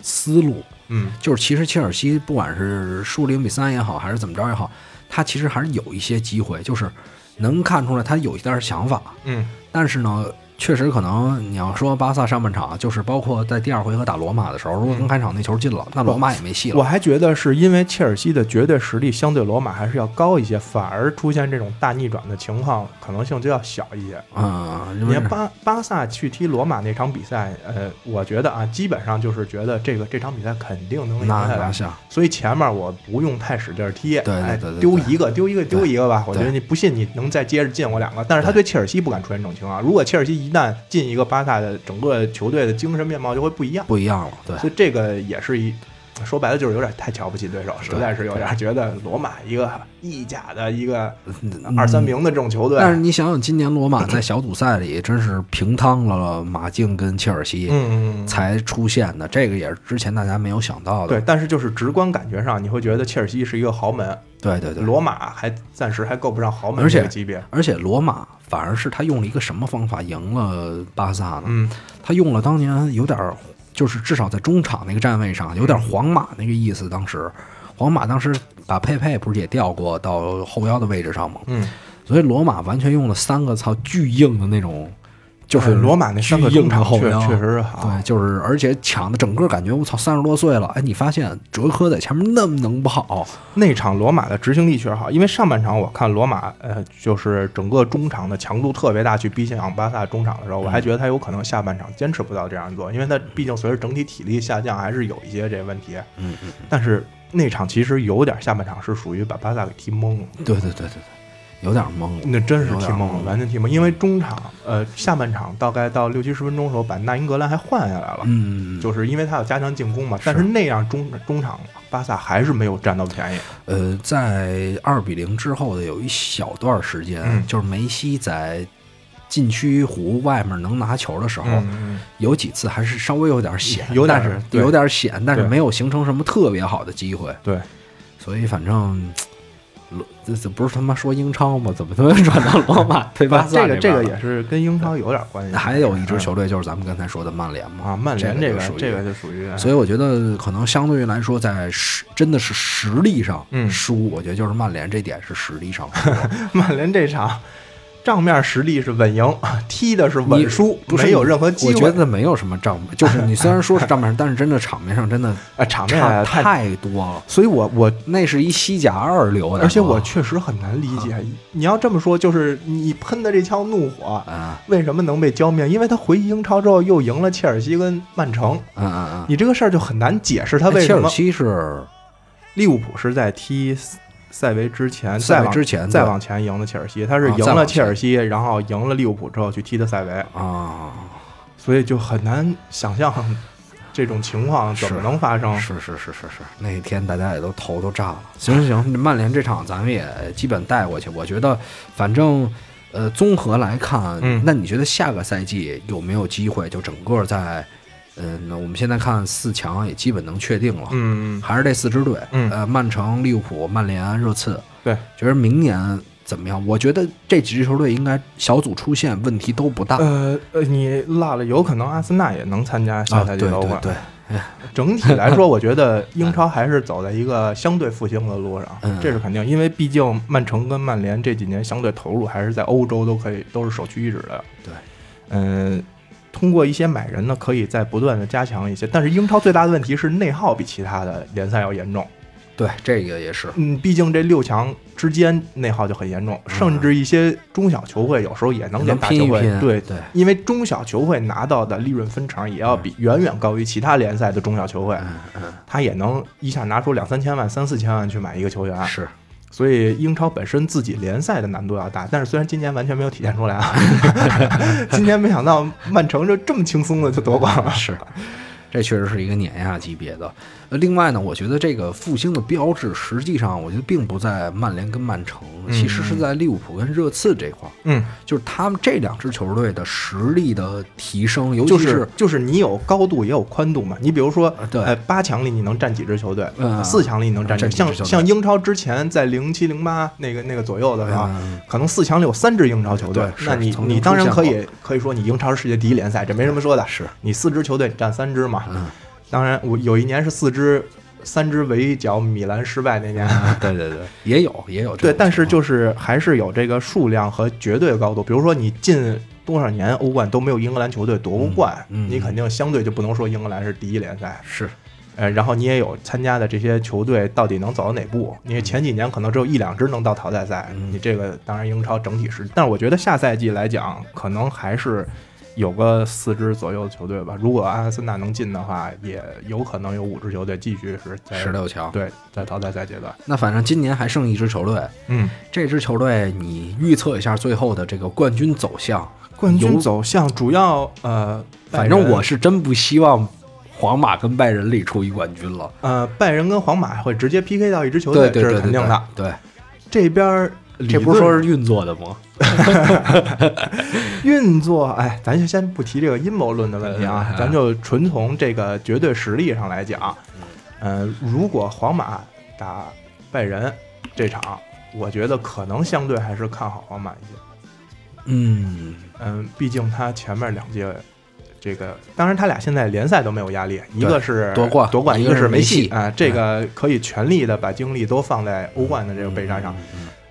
S1: 思路，
S2: 嗯嗯
S1: 就是其实切尔西不管是输零比三也好，还是怎么着也好，他其实还是有一些机会，就是能看出来他有一点想法。
S2: 嗯
S1: 但是呢，确实可能你要说巴萨上半场，就是包括在第二回合打罗马的时候，如果跟开场那球进了，那罗马也没戏
S2: 我
S1: 了。
S2: 还觉得是因为切尔西的绝对实力相对罗马还是要高一些，反而出现这种大逆转的情况可能性就要小一些。
S1: 嗯，因
S2: 你
S1: 为
S2: 看巴巴萨去踢罗马那场比赛，呃，我觉得啊，基本上就是觉得这个这场比赛肯定能赢
S1: 拿
S2: 下来
S1: 拿，下，
S2: 所以前面我不用太使劲儿踢，
S1: 对对
S2: 哎
S1: 对对
S2: 丢
S1: 对
S2: 一个丢一个丢一个吧。我觉得
S1: 对
S2: 你不信，你能再接着进我两个。但是他对切尔西不敢出现这种情况，如果切尔西一旦进一个巴萨的整个球队的精神面貌就会不一样。
S1: 不一样了。对，
S2: 所以这个也是一说白了就是有点太瞧不起对手，实在是有点觉得罗马一个意甲的一个
S1: 嗯
S2: 二三。名的这种球队，
S1: 但是你想想，今年罗马在小组赛里真是平趟了马竞跟切尔西，
S2: 嗯，嗯嗯
S1: 才出现的，这个也是之前大家没有想到的
S2: 对。，但是就是直观感觉上，你会觉得切尔西是一个豪门，
S1: 对对对
S2: 罗马还暂时还够不上豪门
S1: 而且
S2: 这个级别。
S1: 而且罗马反而是他用了一个什么方法赢了巴萨呢？
S2: 嗯，
S1: 他用了当年有点儿，就是至少在中场那个站位上有
S2: 嗯
S1: 点皇马那个意思。当时皇马当时把佩佩不是也调过到后腰的位置上吗？
S2: 嗯，
S1: 所以罗马完全用了三个操巨硬的那种，就是
S2: 呃罗马那三个
S1: 巨硬
S2: 中
S1: 的
S2: 场
S1: 后
S2: 确
S1: 腰，
S2: 确实是好。
S1: 对，就是而且抢的整个感觉我操三十多岁了，哎，你发现哲科在前面那么能跑，
S2: 那场罗马的执行力确实好，因为上半场我看罗马，呃，就是整个中场的强度特别大，去逼近巴萨中场的时候，我还觉得他有可能下半场坚持不到这样做，因为他毕竟随着整体体力下降，还是有一些这问题。
S1: 嗯嗯。
S2: 但是那场其实有点下半场是属于把巴萨给踢懵了，
S1: 对对对对对，有点懵了。
S2: 那真是踢懵
S1: 有点
S2: 了，
S1: 懵
S2: 完全踢懵。因为中场，呃，下半场大概到六七十分钟的时候，把纳英格兰还换下来了。
S1: 嗯，
S2: 就是因为他要加强进攻嘛，
S1: 是
S2: 但是那样中中场巴萨还是没有占到便宜。
S1: 呃，在二比零之后的有一小段时间，
S2: 嗯
S1: 就是梅西在禁区弧外面能拿球的时候，
S2: 嗯，
S1: 有几次还是稍微有点险，
S2: 有点
S1: 但是
S2: 对
S1: 有点险，但是
S2: 对
S1: 没有形成什么特别好的机会。
S2: 对，
S1: 所以反正。罗这这不是他妈说英超吗？怎么他妈转到罗马 对巴
S2: 啊，
S1: 萨
S2: 这个
S1: 那边
S2: 这个
S1: 了
S2: 也是跟英超有点关系。
S1: 还有一支球队就是咱们刚才说的曼联嘛
S2: 啊，曼联
S1: 这
S2: 这
S1: 个
S2: 个
S1: 就属于
S2: 这个就属于，
S1: 所以我觉得可能相对于来说，在实真的是实力上
S2: 嗯
S1: 输，我觉得就是曼联这点是实力 上输，
S2: 曼联这场账面实力是稳赢， 踢的是
S1: 你
S2: 稳输，
S1: 不是
S2: 没有任何机
S1: 我觉
S2: 会。
S1: 得没有什么账面，就是你虽然说是账面上，但是真的 场面上真的
S2: 啊，场面
S1: 差
S2: 啊太，
S1: 太多了。
S2: 所以我我
S1: 那是一西甲二流的，
S2: 而且我确实很难理
S1: 啊
S2: 解，你要这么说，就是你喷的这腔怒火。
S1: 啊，
S2: 为什么能被浇灭？因为他回英超之后又赢了切尔西跟曼城，
S1: 嗯嗯嗯，
S2: 你这个事儿就很难解释他
S1: 哎
S2: 为
S1: 切
S2: 什
S1: 尔
S2: 么
S1: 西是
S2: 利物浦是在踢塞维之前，
S1: 赛
S2: 再
S1: 会
S2: 往
S1: 之前
S2: 再
S1: 的
S2: 往前赢的切尔西，他是
S1: 啊
S2: 赢
S1: 再往
S2: 了切尔西，然后赢了利物浦之后去踢的塞维，
S1: 啊，
S2: 所以就很难想象这种情况怎么
S1: 是
S2: 能发生。
S1: 是是是是是，那天大家也都头都炸了。啊行行行，曼联这场咱们也基本带过去。我觉得，反正呃，综合来看，
S2: 嗯
S1: 那你觉得下个赛季有没有机会？就整个在嗯、那我们现在看四强也基本能确定了，
S2: 嗯，
S1: 还是这四支队，
S2: 嗯
S1: 呃，曼城、利物浦、曼联、热刺。
S2: 对，
S1: 觉得明年怎么样？我觉得这几支球队应该小组出现问题都不大。
S2: 呃呃，你落了，有可能阿森纳也能参加
S1: 啊，
S2: 下赛
S1: 对
S2: 季
S1: 对
S2: 欧冠。
S1: 对，
S2: 整体来 说，我觉得英超还是走在一个相对复兴的路上，
S1: 嗯
S2: 这是肯定，因为毕竟曼城跟曼联这几年相对投入还是在欧洲都可以都是首屈一指的。
S1: 对，
S2: 嗯，通过一些买人呢，可以在不断的加强一些，但是英超最大的问题是内耗比其他的联赛要严重。
S1: 对，这个也是。
S2: 嗯，毕竟这六强之间内耗就很严重，甚至一些中小球会有时候也能
S1: 嗯
S2: 跟
S1: 能
S2: 大
S1: 拼
S2: 球
S1: 一
S2: 会
S1: 拼，
S2: 对
S1: 对，
S2: 因为中小球会拿到的利润分成也要比远远高于其他联赛的中小球会，
S1: 嗯嗯，
S2: 他也能一下拿出两三千万、三四千万去买一个球员，
S1: 是。
S2: 所以英超本身自己联赛的难度要大。但是虽然今年完全没有体现出来啊， 今年没想
S1: 啊
S2: 到曼城就这么轻松的就夺冠了。
S1: 是，这确实是一个碾压级别的。呃另外呢，我觉得这个复兴的标志，实际上我觉得并不在曼联跟曼城，其实是在利物浦跟热刺这块儿，
S2: 嗯，
S1: 就是他们这两支球队的实力的提升，尤
S2: 就
S1: 其
S2: 是 就是你有高度也有宽度嘛。你比如说
S1: 啊，对
S2: 呃，八强里你能站几支球队？
S1: 嗯
S2: 四强里你能站几？
S1: 站几支
S2: 像
S1: 球队
S2: 像英超之前在零七零八那个那个左右的时候
S1: 嗯，
S2: 可能四强里有三支英超球队
S1: 对，是
S2: 那你
S1: 曾经
S2: 你当然
S1: 出
S2: 可
S1: 现过
S2: 以可以说你英超是世界第一联赛，这没什么说的。
S1: 是
S2: 你四支球队你占三支嘛？
S1: 嗯，
S2: 当然，我有一年是四支，三支围剿米兰失败 那年。
S1: 对对对，也有也有这
S2: 对，
S1: 种
S2: 但是
S1: 情况
S2: 就是还是有这个数量和绝对高度。比如说你近多少年欧冠都没有英格兰球队夺过冠，
S1: 嗯嗯
S2: 你肯定相对就不能说英格兰是第一联赛。
S1: 是
S2: 呃，然后你也有参加的这些球队到底能走到哪步？你前几年可能只有一两支能到淘汰赛，
S1: 嗯
S2: 你这个当然英超整体是，但是我觉得下赛季来讲，可能还是。有个四支左右的球队吧，如果阿森纳能进的话，也有可能有五支球队继续是在
S1: 十六强。
S2: 对在淘汰赛阶段。
S1: 那反正今年还剩一支球队，
S2: 嗯，
S1: 这支球队你预测一下最后的这个冠军走向？
S2: 冠军
S1: 有
S2: 走向主要呃，
S1: 反正
S2: 拜仁
S1: 我是真不希望皇马跟拜仁里出一冠军了。
S2: 呃，拜仁跟皇马会直接 PK 到一支球队，
S1: 对对
S2: 这是
S1: 对
S2: 肯
S1: 对
S2: 定的。
S1: 对，
S2: 这边儿理
S1: 这
S2: 论
S1: 不是说是运作的吗？
S2: 运作，哎，咱就先不提这个阴谋论的问题啊
S1: 嗯，嗯
S2: 咱就纯从这个绝对实力上来讲。
S1: 嗯
S2: 呃，如果皇马打拜仁这场，我觉得可能相对还是看好皇马一些。
S1: 嗯，
S2: 嗯，毕竟他前面两届，这个当然他俩现在联赛都没有压力，一个是
S1: 夺冠
S2: 夺冠，
S1: 一
S2: 一
S1: 个
S2: 个
S1: 是
S2: 是
S1: 梅西嗯
S2: 西啊，这个可以全力的把精力都放在欧冠的这个备战
S1: 嗯
S2: 上。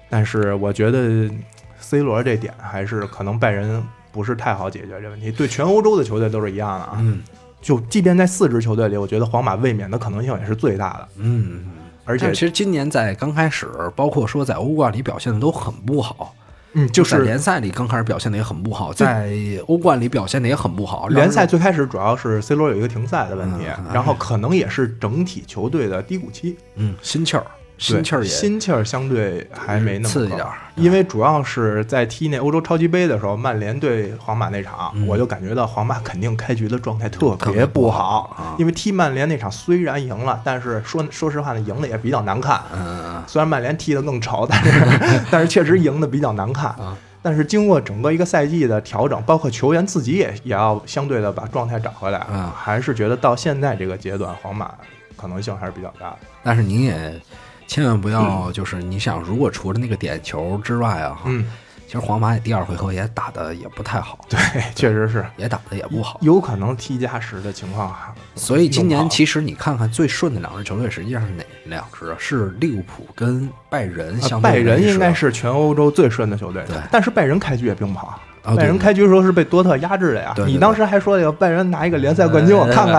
S2: 但是我觉得 C 罗这点还是可能拜仁不是太好解决这问题，对全欧洲的球队都是一样的啊。
S1: 嗯
S2: 就即便在四支球队里，我觉得皇马卫冕的可能性也是最大的，
S1: 嗯，
S2: 而
S1: 但
S2: 且
S1: 其实今年在刚开始，包括说在欧冠里表现的都很不好，
S2: 嗯，就
S1: 在
S2: 是
S1: 联赛里刚开始表现的也很不好，在欧冠里表现的也很不好，
S2: 联赛最开始主要是 C 罗有一个停赛的问题
S1: 嗯，
S2: 然后可能也是整体球队的低谷期。
S1: 嗯心气儿
S2: 对
S1: 心气儿也
S2: 心气儿相对还没那么
S1: 次一
S2: 高
S1: 点儿嗯
S2: 因为主要是在踢那欧洲超级杯的时候，曼联对皇马那场，
S1: 嗯
S2: 我就感觉到皇马肯定开局的状态特
S1: 特
S2: 别
S1: 别
S2: 不
S1: 不
S2: 好，
S1: 啊
S2: 因为踢曼联那场虽然赢了，但是说说实话呢，赢的也比较难看。
S1: 嗯
S2: 虽然曼联踢得更丑，但是但是确实赢得比较难看
S1: 啊。
S2: 但是经过整个一个赛季的调整，包括球员自己也也要相对的把状态找回来，
S1: 嗯
S2: 还是觉得到现在这个阶段，皇马可能性还是比较大的。
S1: 但是您也千万不要就是你想，如果除了那个点球之外啊，哈
S2: 嗯，
S1: 其实皇马也第二回合也打的也不太好，
S2: 对，确实是。
S1: 也打的也不好。
S2: 有可能 T 加时的情况啊。
S1: 所以今
S2: 弄
S1: 年
S2: 不好
S1: 其实你看看最顺的两支球队实际上是哪两支啊？是利物浦跟拜仁
S2: 呃
S1: 相对
S2: 拜
S1: 来说。
S2: 仁应该是全欧洲最顺的球队
S1: 对，
S2: 但是拜仁开局也并不好。
S1: 啊，
S2: 拜
S1: 对
S2: 仁开局的时候是被多特压制的呀。
S1: 对对
S2: 你
S1: 对
S2: 当时还说这个拜仁拿一个联赛冠军，我看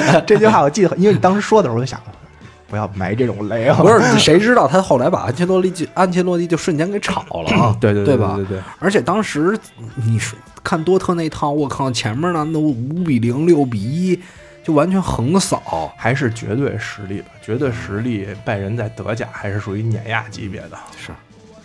S2: 看这句话，我记得很，因为你当时说的时候，我就想，不要埋这种雷啊。
S1: 不是谁知道他后来把安切洛蒂就安切洛蒂就瞬间给炒了啊
S2: 嗯？对对
S1: 对吧
S2: 对对对，
S1: 而且当时你说看多特那套，我靠，前面呢都五比零、六比一，就完全横扫。
S2: 还是绝对实力吧，绝对实力，拜仁在德甲还是属于碾压级别的。
S1: 是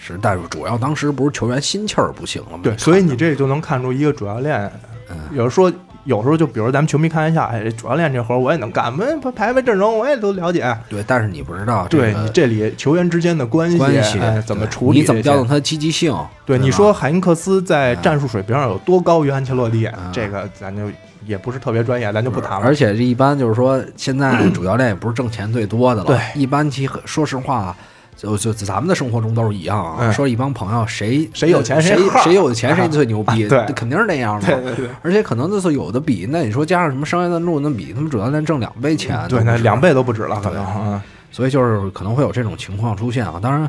S1: 是，但是主要当时不是球员心气儿不行了吗？
S2: 对，所以你这就能看出一个主教练，
S1: 嗯
S2: 有时候有时候就比如咱们球迷开玩笑，哎，这主教练这活儿我也能干，没排排阵容我也都了解。
S1: 对，但是你不知道这
S2: 对
S1: 个
S2: 你这里球员之间的关系，
S1: 关系
S2: 哎、怎么处理？
S1: 你怎么调动？他的积极性？
S2: 对，
S1: 吧
S2: 你说海因克斯在战术水平上有多高于安切洛蒂？
S1: 嗯
S2: 这个咱就也不是特别专业，咱就不谈了。
S1: 而且这一般就是说，现在主教练也不是挣钱最多的了。
S2: 对
S1: 一般其实说实话，啊就就咱们的生活中都是一样啊。
S2: 嗯
S1: 说一帮朋友谁
S2: 谁有钱谁
S1: 谁
S2: 横
S1: 有 钱谁最牛逼，
S2: 啊对
S1: 肯定是那样
S2: 对
S1: 的。
S2: 对对，
S1: 而且可能就是有的比，那你说加上什么商业赞助，那比他们主教练挣两倍钱，
S2: 对，
S1: 都
S2: 那
S1: 不是
S2: 两倍都不止了，可
S1: 对
S2: 能。嗯
S1: 所以就是可能会有这种情况出现啊。当然，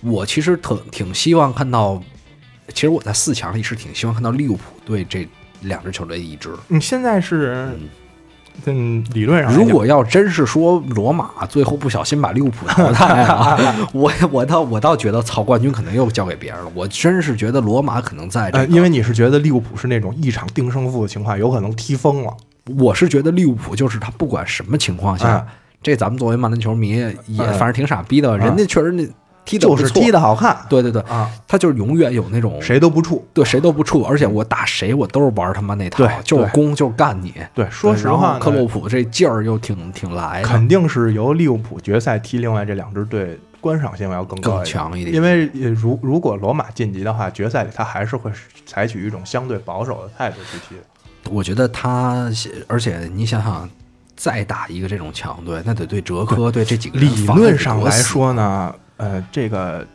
S1: 我其实挺挺希望看到，其实我在四强里是挺希望看到利物浦对这两支球队的一支。
S2: 你现在是，嗯，理论上来
S1: 如
S2: 讲
S1: 果要真是说罗马最后不小心把利物浦淘汰 啊，我我倒我倒觉得曹冠军可能又交给别人了。我真是觉得罗马可能在这
S2: 呃，
S1: 个，
S2: 因为你是觉得利物浦是那种一场定胜负的情况，有可能踢疯了。
S1: 我是觉得利物浦就是他不管什么情况下，
S2: 嗯
S1: 这咱们作为曼联球迷也
S2: 嗯
S1: 反正挺傻逼的，
S2: 嗯
S1: 人家确实那踢的
S2: 就是踢
S1: 的，
S2: 的好看
S1: 对对对，
S2: 啊，
S1: 他就是永远有那种
S2: 谁都不怵。
S1: 对谁都不怵，而且我打谁我都是玩他妈那套
S2: 嗯对，
S1: 就是
S2: 对
S1: 攻就是干你。
S2: 对，说
S1: 对
S2: 实
S1: 然后
S2: 话呢，
S1: 克洛普这劲儿又挺挺来的，
S2: 肯定是由利物浦决赛踢另外这两支队观赏性要更高
S1: 更
S2: 一点。
S1: 强一点。
S2: 因为呃如如果罗马晋级的话，决赛里他还是会采取一种相对保守的态度去踢的。
S1: 我觉得他，而且你想想，再打一个这种强队，那得对哲科对这几个人
S2: 理
S1: 防得
S2: 论上
S1: 多
S2: 来
S1: 死，
S2: 说呢，呃，这个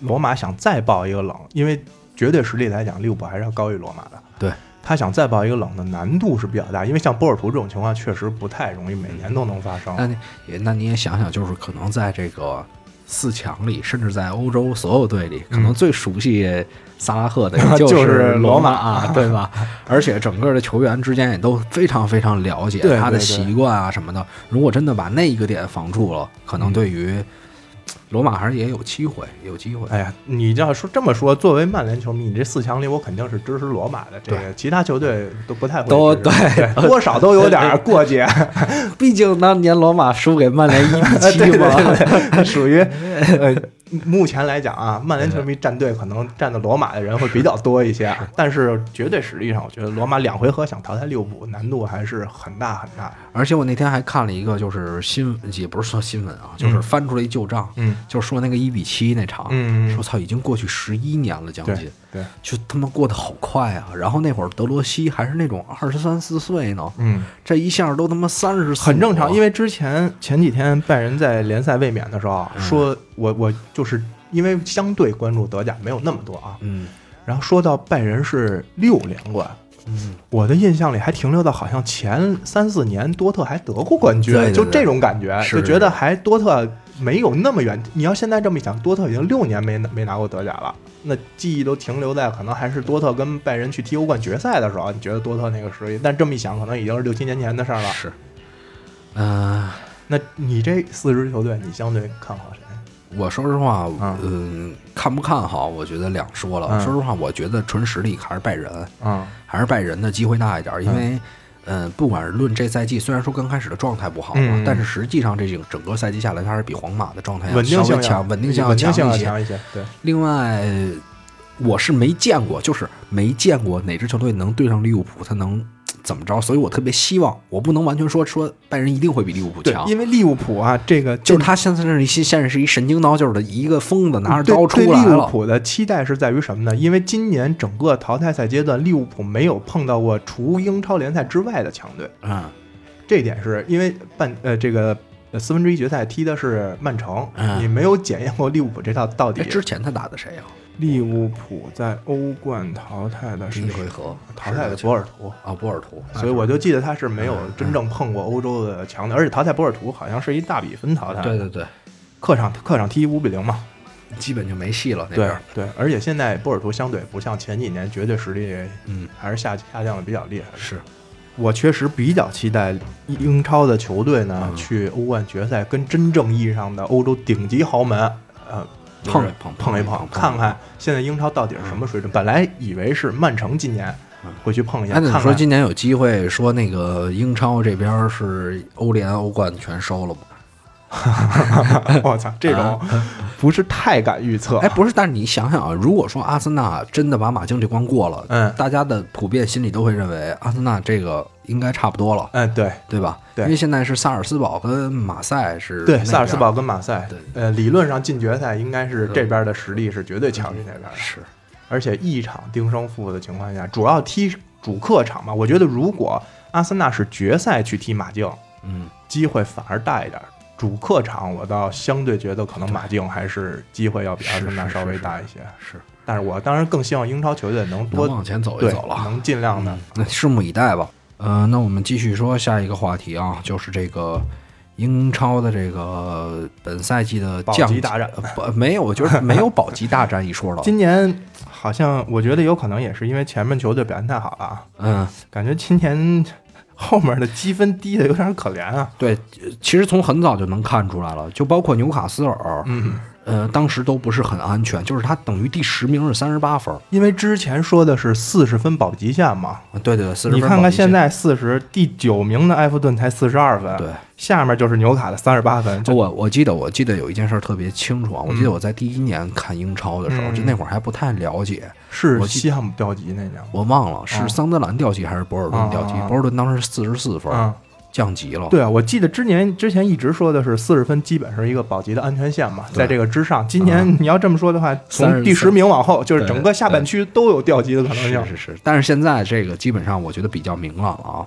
S2: 罗马想再爆一个冷，因为绝对实力来讲，利物浦还是要高于罗马的。
S1: 对，
S2: 他想再爆一个冷的难度是比较大，因为像波尔图这种情况确实不太容易，每年都能发生。
S1: 那你也那你也想想，就是可能在这个四强里，甚至在欧洲所有队里，可能最熟悉萨拉赫的 也
S2: 就是
S1: 罗
S2: 罗马
S1: 马，对吧？而且整个的球员之间也都非常非常了解
S2: 对
S1: 他的
S2: 对对
S1: 习惯啊什么的。如果真的把那一个点防住了，可
S2: 嗯
S1: 能对于罗马还是也有机会，有机会。
S2: 哎呀，你要说这么说，作为曼联球迷，你这四强里我肯定是支持罗马的，这个其他球队都不太会
S1: 都
S2: 支持对，呃多少都有点儿过节，
S1: 毕竟当年罗马输给曼联一比
S2: 对对
S1: 七嘛，
S2: 对对，属 于呃，目前来讲啊，曼联球迷站队可能站的罗马的人会比较多一些，啊但是绝对实力上，我觉得罗马两回合想淘汰利物浦难度还是很大很大。
S1: 而且我那天还看了一个，就是新也不是说新闻啊，就是翻出来一旧账，
S2: 嗯
S1: 就说那个一比七那场，
S2: 嗯
S1: 说操，已经过去十一年了，将近
S2: 对，对，
S1: 就他妈过得好快啊！然后那会儿德罗西还是那种二十三四岁呢，
S2: 嗯，
S1: 这一下都他妈三十，
S2: 很正常，因
S1: 为
S2: 为之前前几天拜仁在联赛卫冕的时候啊，
S1: 嗯
S2: 说我我就是因为相对关注德甲没有那么多啊，
S1: 嗯
S2: 然后说到拜仁是六连冠，
S1: 嗯，
S2: 我的印象里还停留到好像前三四年多特还得过冠军，
S1: 对对对
S2: 就这种感觉，
S1: 是
S2: 就觉得还多特没有那么远。你要现在这么一想，多特已经六年没拿没拿过德甲了，那记忆都停留在可能还是多特跟拜仁去踢欧冠决赛的时候，你觉得多特那个实力，但这么一想，可能已经是六七年前的事儿了。
S1: 是，嗯。
S2: 那你这四支球队，你相对看好谁？
S1: 我说实话，
S2: 嗯
S1: 嗯，看不看好，我觉得两说了。
S2: 嗯
S1: 说实话，我觉得纯实力还是拜仁，
S2: 啊、
S1: 还是拜仁的机会大一点儿，因为，嗯、不管是论这赛季，虽然说刚开始的状态不好嘛，啊
S2: 嗯
S1: 但是实际上这整整个赛季下来，它还是比皇马的状态要
S2: 稳
S1: 哎
S2: 定
S1: 稍
S2: 性
S1: 微
S2: 要
S1: 强，稳定性要
S2: 稳定性
S1: 强
S2: 要
S1: 一些。
S2: 强一些，对，
S1: 另外，我是没见过，就是没见过哪支球队能对上利物浦，他能怎么着？所以我特别希望，我不能完全说说拜仁一定会比利物浦
S2: 对
S1: 强，。
S2: 因为利物浦啊，这个
S1: 就是
S2: 他。
S1: 他现在是一现在是一神经刀就是的一个疯子拿着
S2: 对
S1: 刀出
S2: 对
S1: 来
S2: 利物
S1: 了，
S2: 浦的期待是在于什么呢？因为今年整个淘汰赛阶段，利物浦没有碰到过除英超联赛之外的强队，
S1: 嗯
S2: 这一点是因为半呃这个呃四分之一决赛踢的是曼城，
S1: 嗯
S2: 你没有检验过利物浦这套到底
S1: 哎，。之前他打的谁呀、
S2: 利物浦在欧冠淘汰的
S1: 第
S2: 是
S1: 一回合
S2: 淘汰的博尔图。
S1: 啊嗯波尔图，
S2: 所以我就记得他是没有真正碰过欧洲的强队，而且淘汰博尔图好像是一大比分淘汰，
S1: 对对对，
S2: 客场客场踢五比零嘛，
S1: 基本就没戏了那边
S2: 对
S1: 儿。
S2: 对，而且现在波尔图相对不像前几年绝对实力，
S1: 嗯，
S2: 还是下下降的比较厉害。
S1: 是，
S2: 我确实比较期待英超的球队呢、
S1: 嗯
S2: 去欧冠决赛跟真正意义上的欧洲顶级豪门，呃，就是
S1: 碰一碰
S2: 碰
S1: 碰一
S2: 一
S1: 碰
S2: 看看现在英超到底是什么水准。本来以为是曼城今年
S1: 嗯
S2: 会去碰一下，
S1: 那你
S2: 看
S1: 说
S2: 看
S1: 今年有机会说那个英超这边是欧联、欧冠全收了吗？
S2: 我操，这种不是太敢预测。
S1: 哎，不是，但是你想想啊，如果说阿森纳真的把马竞这关过了，
S2: 嗯
S1: 大家的普遍心里都会认为阿森纳这个应该差不多了，
S2: 嗯，对
S1: 对吧？
S2: 对
S1: 因为现在是萨尔斯堡跟马赛是那
S2: 对，
S1: 边
S2: 萨尔斯堡跟马赛
S1: 对，
S2: 呃，理论上进决赛应该是这边的实力是绝对强于那边的。
S1: 是
S2: 而且一场定胜负的情况下，主要踢主客场嘛。我觉得如果阿森纳是决赛去踢马竞，
S1: 嗯。
S2: 机会反而大一点。主客场，我倒相对觉得可能马竞还是机会要比阿森纳稍微大一些。
S1: 是，
S2: 但是我当然更希望英超球队能
S1: 能
S2: 多
S1: 往前走一
S2: 对
S1: 走了，
S2: 能尽量的。
S1: 嗯那拭目以待吧。呃，那我们继续说下一个话题啊，就是这个英超的这个本赛季的
S2: 保
S1: 降
S2: 级
S1: 级
S2: 大战
S1: 呃不没有，我觉得没有保级大战一说了。
S2: 今年好像我觉得有可能也是因为前面球队表现太好了啊，
S1: 嗯，
S2: 感觉今年后面的积分低的有点可怜啊。
S1: 对，其实从很早就能看出来了，就包括纽卡斯尔，
S2: 嗯，
S1: 呃，当时都不是很安全，就是他等于第十名是三十八分儿，
S2: 因为之前说的是四十分保级线嘛，
S1: 啊对对对，四十。
S2: 你看看现，在四十，第九名的埃弗顿才四十二分，
S1: 对，
S2: 下面就是纽卡的三十八分，就
S1: 我我记得我记得有一件事儿特别清楚啊，我记得我在第一年看英超的时候，
S2: 嗯
S1: 就那会儿还不太了解，
S2: 是
S1: 我记
S2: 西汉姆调集那年吗？
S1: 我忘了
S2: 哦
S1: 是桑德兰调集还是博尔顿调集
S2: 哦哦哦，
S1: 博尔顿当时四十四分儿
S2: 嗯，
S1: 降级了，
S2: 对啊，我记得之年之前一直说的是四十分基本是一个保级的安全线嘛，
S1: 对啊
S2: 在这个之上，今年你要这么说的话，从
S1: 33
S2: 第十名往后，就是整个
S1: 对
S2: 下半区都有调级的可能性
S1: 是。是是，但是现在这个基本上我觉得比较明朗了啊。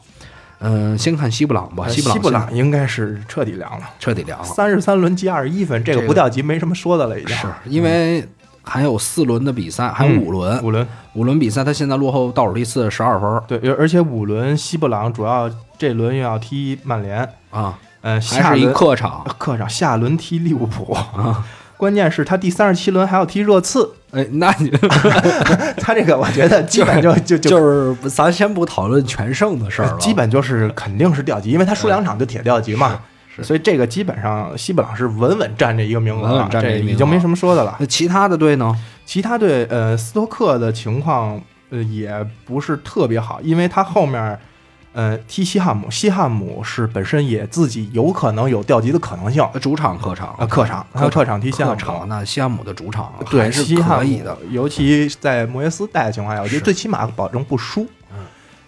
S1: 嗯，先看西布朗吧，
S2: 呃
S1: 西布朗哦
S2: 布
S1: 现
S2: 朗应该是彻底凉了，
S1: 在彻底凉了，
S2: 三十三轮积二十一分，这个
S1: 这个
S2: 不调级没什么说的了，已经
S1: 是因为还有四轮的比赛，还有五轮，
S2: 五轮。
S1: 五轮比赛他现在落后倒数第四十二分儿
S2: 对，而而且五轮西布朗主要这轮又要踢曼联，
S1: 啊，
S2: 呃，
S1: 还
S2: 下
S1: 是一
S2: 轮
S1: 客场
S2: 呃客场下轮踢利物浦，
S1: 啊。
S2: 关键是他第三十七轮还要踢 热刺，
S1: 哎，那你
S2: 他这个我觉得基本就就
S1: 就是咱先不讨论全胜的事儿了，啊
S2: 基本就是肯定是调级，因为他输两场就铁调级嘛。
S1: 是是
S2: 所以这个基本上西布朗是稳稳占这一个名额了，啊
S1: 稳稳占这一
S2: 这
S1: 个名额
S2: 已经没什么说的了。
S1: 那呃其他的队呢？
S2: 其他队呃，斯托克的情况呃也不是特别好，因为他后面呃踢西汉姆，西汉姆是本身也自己有可能有调级的可能性啊、
S1: 呃主场客场
S2: 呃客场他客场踢西
S1: 客
S2: 汉
S1: 场
S2: 姆。
S1: 那西汉姆的主场
S2: 对，
S1: 还是
S2: 西汉
S1: 可
S2: 姆
S1: 以的，，
S2: 尤其在莫耶斯带的情况下，我觉得
S1: 是
S2: 最起码保证不输。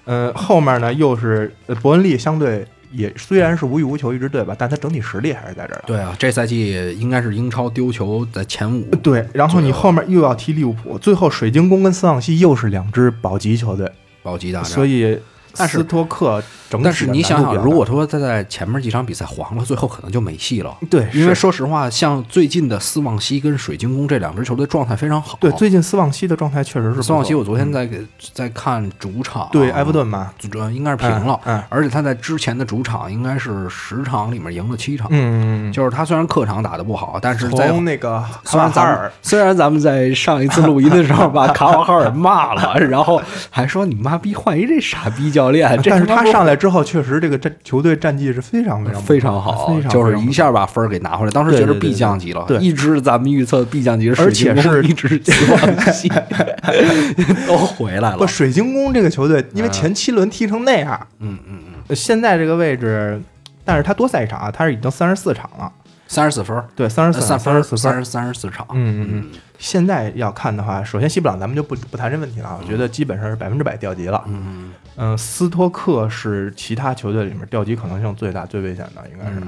S1: 嗯，
S2: 呃，后面呢又是呃伯恩利相对也虽然是无欲无求一支队吧，但他整体实力还是在这儿的。
S1: 对啊，这赛季应该是英超丢球的前五，
S2: 对，然后你后面又要踢利物浦，最后水晶宫跟斯旺西又是两支保级球队，
S1: 保级大战。
S2: 所以
S1: 啊但是
S2: 斯托克整体
S1: 但是
S2: 的
S1: 你
S2: 难
S1: 想
S2: 度
S1: 想，
S2: 比较
S1: 如
S2: 大
S1: 果说他在前面几场比赛黄了，最后可能就没戏了。
S2: 对，
S1: 因为
S2: 是
S1: 说实话，像最近的斯旺西跟水晶宫这两支球队状态非常好。
S2: 对最近斯旺西的状态确实是不
S1: 哦斯旺西，
S2: 错嗯
S1: 我昨天在给在看主场，
S2: 对埃弗，顿嘛
S1: 主呃要应啊该是平了，啊
S2: 嗯嗯
S1: 而且他在之前的主场应该是十场里面赢了七场，
S2: 嗯，
S1: 就是他虽然客场打得不好，但是在
S2: 从那个卡
S1: 虽
S2: 瓦
S1: 然
S2: 哈
S1: 咱
S2: 尔
S1: 们虽然咱们在上一次录音的时候 把卡瓦哈尔骂了，然后还说你妈逼换一这傻逼教练，哎这
S2: 呃但是
S1: 妈
S2: 他
S1: 不
S2: 上来之后，确实这个战球队战绩是非常非常不
S1: 非
S2: 错哎
S1: 常好，
S2: 非常
S1: 就是
S2: 非常
S1: 一下把分儿给拿回来。当时觉得 B 降级了，
S2: 对对对对
S1: 一直咱们预测 B 降级，
S2: 而且
S1: 水晶
S2: 是
S1: 宫一 直希望系都回来
S2: 不，
S1: 了。
S2: 水晶宫这个球队，因为
S1: 嗯
S2: 前七轮踢成那样，
S1: 嗯嗯嗯，
S2: 呃现在这个位置，但是他多赛一场啊，他是已经三十四场了，
S1: 三十四分儿，
S2: 对，三十四
S1: 呃三
S2: 三十四
S1: 三
S2: 分。
S1: 十三十四场。
S2: 嗯嗯
S1: 嗯
S2: 嗯，现在要看的话，首先西布朗咱们就不不谈这问题了，啊我觉得基本上是百分之百调级了。
S1: 嗯，
S2: 嗯、斯托克是其他球队里面调级可能性最大、最危险的，应该是
S1: 嗯。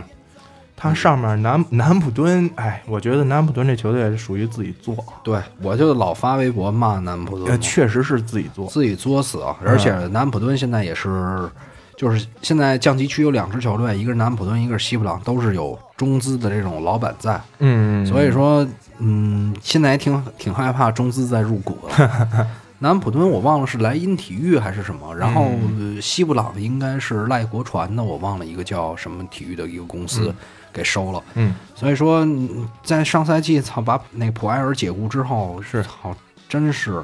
S2: 他上面南南普敦，哎，我觉得南普敦这球队是属于自己作，
S1: 对，我就老发微博骂南普
S2: 呃，
S1: 顿嘛，
S2: 确实是自己作。
S1: 自己作死啊！而且南普顿现在也是。就是现在降级区有两支球队，一个是南普顿，一个是西布朗，都是有中资的这种老板在。
S2: 嗯
S1: 所以说，嗯，现在还挺挺害怕中资再入股了。南普敦我忘了是莱茵体育还是什么，然后、呃西布朗应该是赖国传的，我忘了一个叫什么体育的一个公司给收了。
S2: 嗯，
S1: 所以说，嗯在上赛季操把那个普埃尔解雇之后，
S2: 是
S1: 操，真是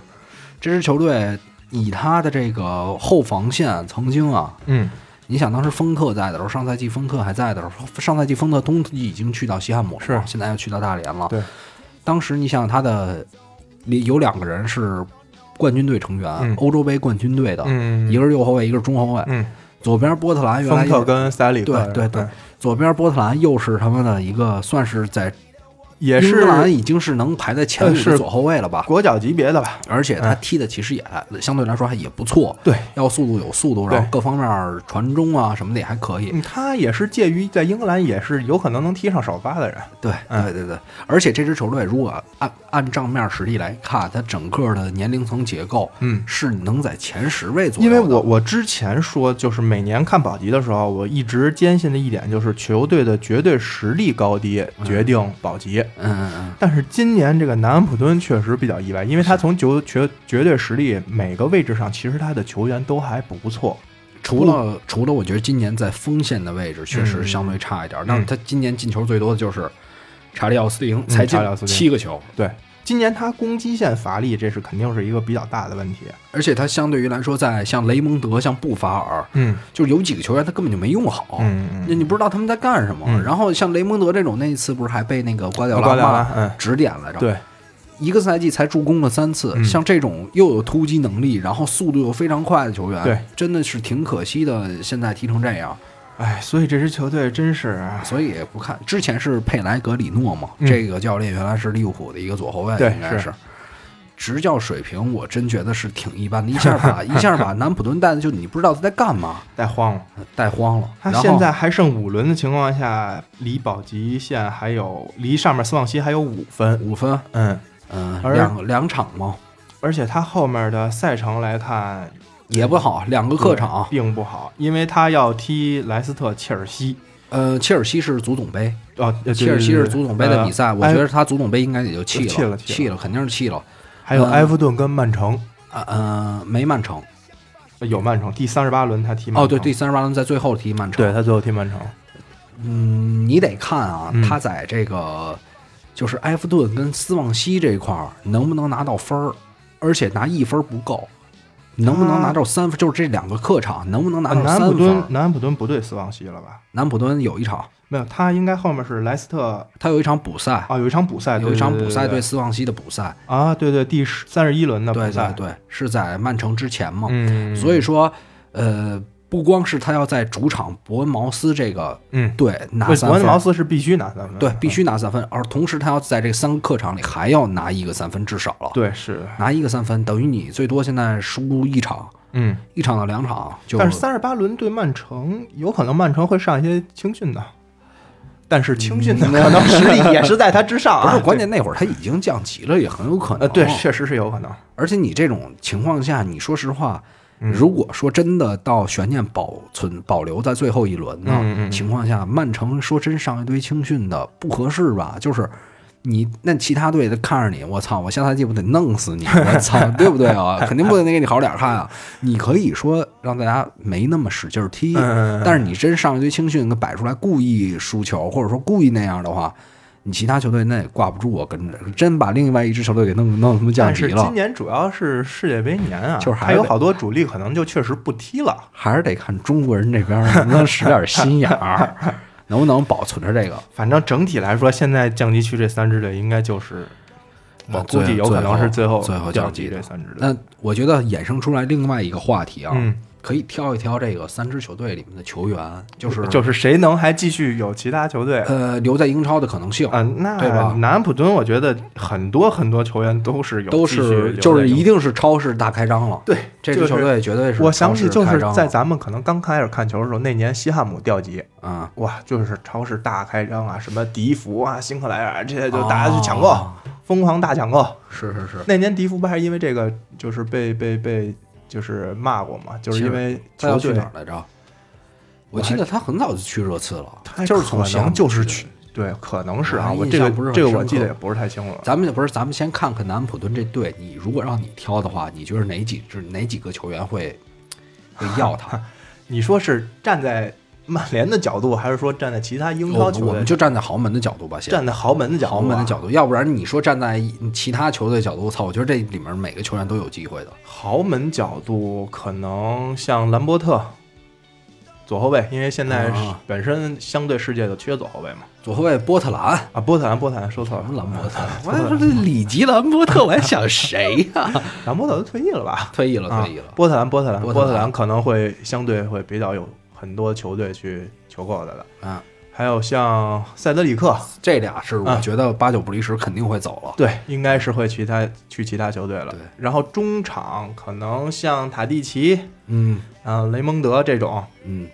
S1: 这支球队以他的这个后防线曾经啊，
S2: 嗯，
S1: 你想当时丰特在的时候，上赛季丰特还在的时候，上赛季丰特冬季已经去到西汉姆了，
S2: 是
S1: 现在又去到大连了。
S2: 对，
S1: 当时你想想他的里有两个人是冠军队成员，
S2: 嗯
S1: 欧洲杯冠军队的，
S2: 嗯
S1: 一个是右后卫，一个是中后卫。
S2: 嗯，
S1: 左边波特兰原来
S2: 丰
S1: 也
S2: 特跟嗯塞里克
S1: 对对对，左边波特兰又是他们的一个算是在
S2: 也
S1: 英格兰
S2: 是
S1: 已经是能排在前
S2: 呃
S1: 五的
S2: 是
S1: 左后卫了吧？
S2: 国脚级别的吧？
S1: 而且他踢的其实也呃相对来说还也不错，
S2: 对，
S1: 要速度有速度，然后
S2: 对
S1: 各方面传中啊什么的也还可以。
S2: 嗯他也是介于在英格兰也是有可能能踢上首发的人。
S1: 对
S2: 嗯
S1: 对对对，而且这支球队如果按按账面实力来看，它整个的年龄层结构，
S2: 嗯，
S1: 是能在前十位左右
S2: 因
S1: 的。
S2: 为我我之前说，就是每年看保级的时候，我一直坚信的一点就是球队的绝对实力高低决定保级。
S1: 嗯嗯嗯，
S2: 但是今年这个南安普敦确实比较意外，因为他从球绝绝对实力每个位置上，其实他的球员都还不错。
S1: 除了除了，我觉得今年在锋线的位置
S2: 嗯
S1: 确实相对差一点。那、他今年进球最多的就是查理奥斯汀，才进
S2: 嗯查理奥斯汀
S1: 七个球，
S2: 对，今年他攻击线乏力，这是肯定是一个比较大的问题。
S1: 而且他相对于来说，在像雷蒙德、像布法尔，
S2: 嗯
S1: 就是有几个球员他根本就没用好，
S2: 嗯
S1: 那你不知道他们在干什么。
S2: 嗯
S1: 然后像雷蒙德这种，那一次不是还被那个瓜迪奥
S2: 瓜
S1: 拉
S2: 迪奥拉
S1: 骂
S2: 嗯
S1: 指点来着？
S2: 对，
S1: 一个赛季才助攻了三次，
S2: 嗯
S1: 像这种又有突击能力，然后速度又非常快的球员，
S2: 对，
S1: 真的是挺可惜的。现在踢成这样，
S2: 哎，所以这支球队真是啊
S1: 所以也不看。之前是佩莱格里诺嘛，
S2: 嗯
S1: 这个教练原来是利物浦的一个左后卫，
S2: 对
S1: 应该
S2: 是
S1: 是。执教水平，我真觉得是挺一般的。一下把一下 把南普顿带的，就你不知道他在干嘛，
S2: 带慌了。
S1: 带慌了。
S2: 他
S1: 然后
S2: 现在还剩五轮的情况下，离保级线还有离上面斯旺西还有五分。
S1: 五分，
S2: 嗯，
S1: 嗯，
S2: 而
S1: 两两场嘛，
S2: 而且他后面的赛程来看
S1: 也不
S2: 嗯
S1: 好，两个客场。
S2: 并不好，因为他要踢莱斯特、切尔西。
S1: 呃，切尔西是足总杯，
S2: 哦，对
S1: 切尔西是足总杯的比，赛，
S2: 呃
S1: 我觉得他足总杯应该也就弃
S2: 弃了弃了
S1: 弃了，肯定是弃了。
S2: 还有
S1: 嗯
S2: 埃弗顿跟曼城，
S1: 啊呃，没曼城。
S2: 呃有曼城第三十八轮他踢曼城。
S1: 哦，对，第三十八轮在最后踢曼城。
S2: 对，，他最后踢曼城。
S1: 嗯，你得看啊，
S2: 嗯
S1: 他在这个就是埃弗顿跟斯旺西这一块儿能不能拿到分儿，而且拿一分儿不够，能不能拿到三分？就是这两个客场能不能拿
S2: 啊
S1: 到
S2: 南
S1: 三分
S2: 普敦
S1: 儿？，
S2: 南普敦不对斯旺西了吧？
S1: 南普敦有一场，
S2: 没有，他应该后面是莱斯特
S1: 他有一场补赛，
S2: 啊，有一场补赛，
S1: 有一场补赛
S2: 对
S1: 对斯旺西的补赛，
S2: 啊，对对，第十三十一轮的补
S1: 对
S2: 赛
S1: 对，对，是在曼城之前嘛。
S2: 嗯，
S1: 所以说，呃，不光是他要在主场伯恩茅斯这个
S2: 嗯，
S1: 队拿
S2: 对，
S1: 三
S2: 伯
S1: 分
S2: 恩
S1: 儿，
S2: 茅斯是必须拿三分，
S1: 对，必
S2: 须
S1: 须拿三分，而同时他要在这三个客场里还要拿一个三分至少了，
S2: 对是，
S1: 拿一个三分等于你最多现在输一场，
S2: 嗯，
S1: 一场到两场就。
S2: 但是三十八轮对曼城，有可能曼城会上一些青训的，但是青训
S1: 嗯
S2: 的可能实力也是在他之上
S1: 不
S2: 啊，
S1: 是关键，那会儿他已经降级了，也很有可
S2: 对，
S1: 能。
S2: 呃，对，确实是有可能，
S1: 而且你这种情况下，你说实话，
S2: 嗯
S1: 如果说真的到悬念保存保留在最后一轮呢、
S2: 嗯嗯嗯
S1: 情况下，曼城说真上一堆青训的不合适吧？就是你那其他队的看着你，我操，我下赛季不得弄死 你？我操，对不对啊？肯定不能给你好点看啊！你可以说让大家没那么使劲儿踢，
S2: 嗯
S1: 但是你真上一堆青训，给摆出来故意输球，或者说故意那样的话。你其他球队那也挂不住我跟着真把另外一支球队给弄弄他妈降
S2: 但
S1: 级
S2: 是
S1: 了
S2: 今，年主要是世界杯年啊，
S1: 就是还
S2: 还
S1: 是
S2: 有
S1: 得
S2: 好多主力可能就确实不踢了，
S1: 还是得看中国人这边能不能使点心眼 儿，能不能保存着这个。
S2: 反正整体来说，现在降级区这三支队应该就是，我
S1: 啊
S2: 估
S1: 最
S2: 计有可能是
S1: 最后
S2: 后
S1: 最后
S2: 降
S1: 降级
S2: 这
S1: 的
S2: 三支队。
S1: 那我觉得衍生出来另外一个话题啊，
S2: 嗯，
S1: 可以挑一挑这个三支球队里面的球员，就是
S2: 就是谁能还继续有其他球队？嗯、
S1: 呃留在英超的可能性，
S2: 啊那
S1: 对吧
S2: 南安普敦，我觉得很多很多球员都是有
S1: 都
S2: 继续留
S1: 是
S2: 在
S1: 就是一
S2: 英
S1: 定是超市大开张了。
S2: 对
S1: 这
S2: 就
S1: 支
S2: 是
S1: 球队绝对是
S2: 我想起就
S1: 超市
S2: 是
S1: 开张了
S2: 在咱们可能刚开始看球的时候，那年西汉姆调集，
S1: 啊，
S2: 哇，就是超市大开张啊，什么迪福啊、辛克莱尔这些，就大家去抢购，
S1: 哦
S2: 疯狂大抢购。
S1: 是是是，
S2: 那年迪福不还因为这个就是被被被就是骂过嘛，就是因为
S1: 他
S2: 球
S1: 要去
S2: 队
S1: 哪儿来着？我记得他很早就去热刺了，
S2: 他
S1: 就是从
S2: 可
S1: 香
S2: 能
S1: 港
S2: 就是去，对，可能是啊，
S1: 我
S2: 我
S1: 印
S2: 这个
S1: 象不是很
S2: 这个
S1: 深
S2: 我记得
S1: 刻
S2: 也不是太清楚了。
S1: 咱们不是，咱们先看看南普敦这队，你如果让你挑的话，你觉得哪几支哪几个球员会会要他？
S2: 你说是站在曼联的角度，还是说站在其他英
S1: 我
S2: 超
S1: 们
S2: 球
S1: 我
S2: 队
S1: 们就站在豪门的角度吧，先
S2: 站在豪门的角度啊？
S1: 豪门的角度，要不然你说站在其他球队角度，我操，我觉得这里面每个球员都有机会的。
S2: 豪门角度，可能像兰波特左后卫，因为现在
S1: 啊
S2: 本身相对世界就缺左后卫嘛。
S1: 左后卫波特兰，
S2: 啊，波特兰，波特兰说错
S1: 什
S2: 了
S1: 么，兰波特，我
S2: 兰
S1: 还说这里吉兰波特，我还想谁呀、
S2: 兰波特都退役了吧？
S1: 退役了，
S2: 啊
S1: 退役了，。
S2: 波特兰，波特兰，
S1: 波
S2: 波
S1: 特兰
S2: 特兰可能会相对会比较有很多球队去求购他的。
S1: 啊，
S2: 还有像塞德里克，
S1: 这俩是我
S2: 啊
S1: 觉得八九不离十，肯定会走了。
S2: 对，应该是会去他去其他球队了。
S1: 对
S2: 然后中场可能像塔蒂奇，
S1: 嗯
S2: 啊、雷蒙德这种，
S1: 嗯，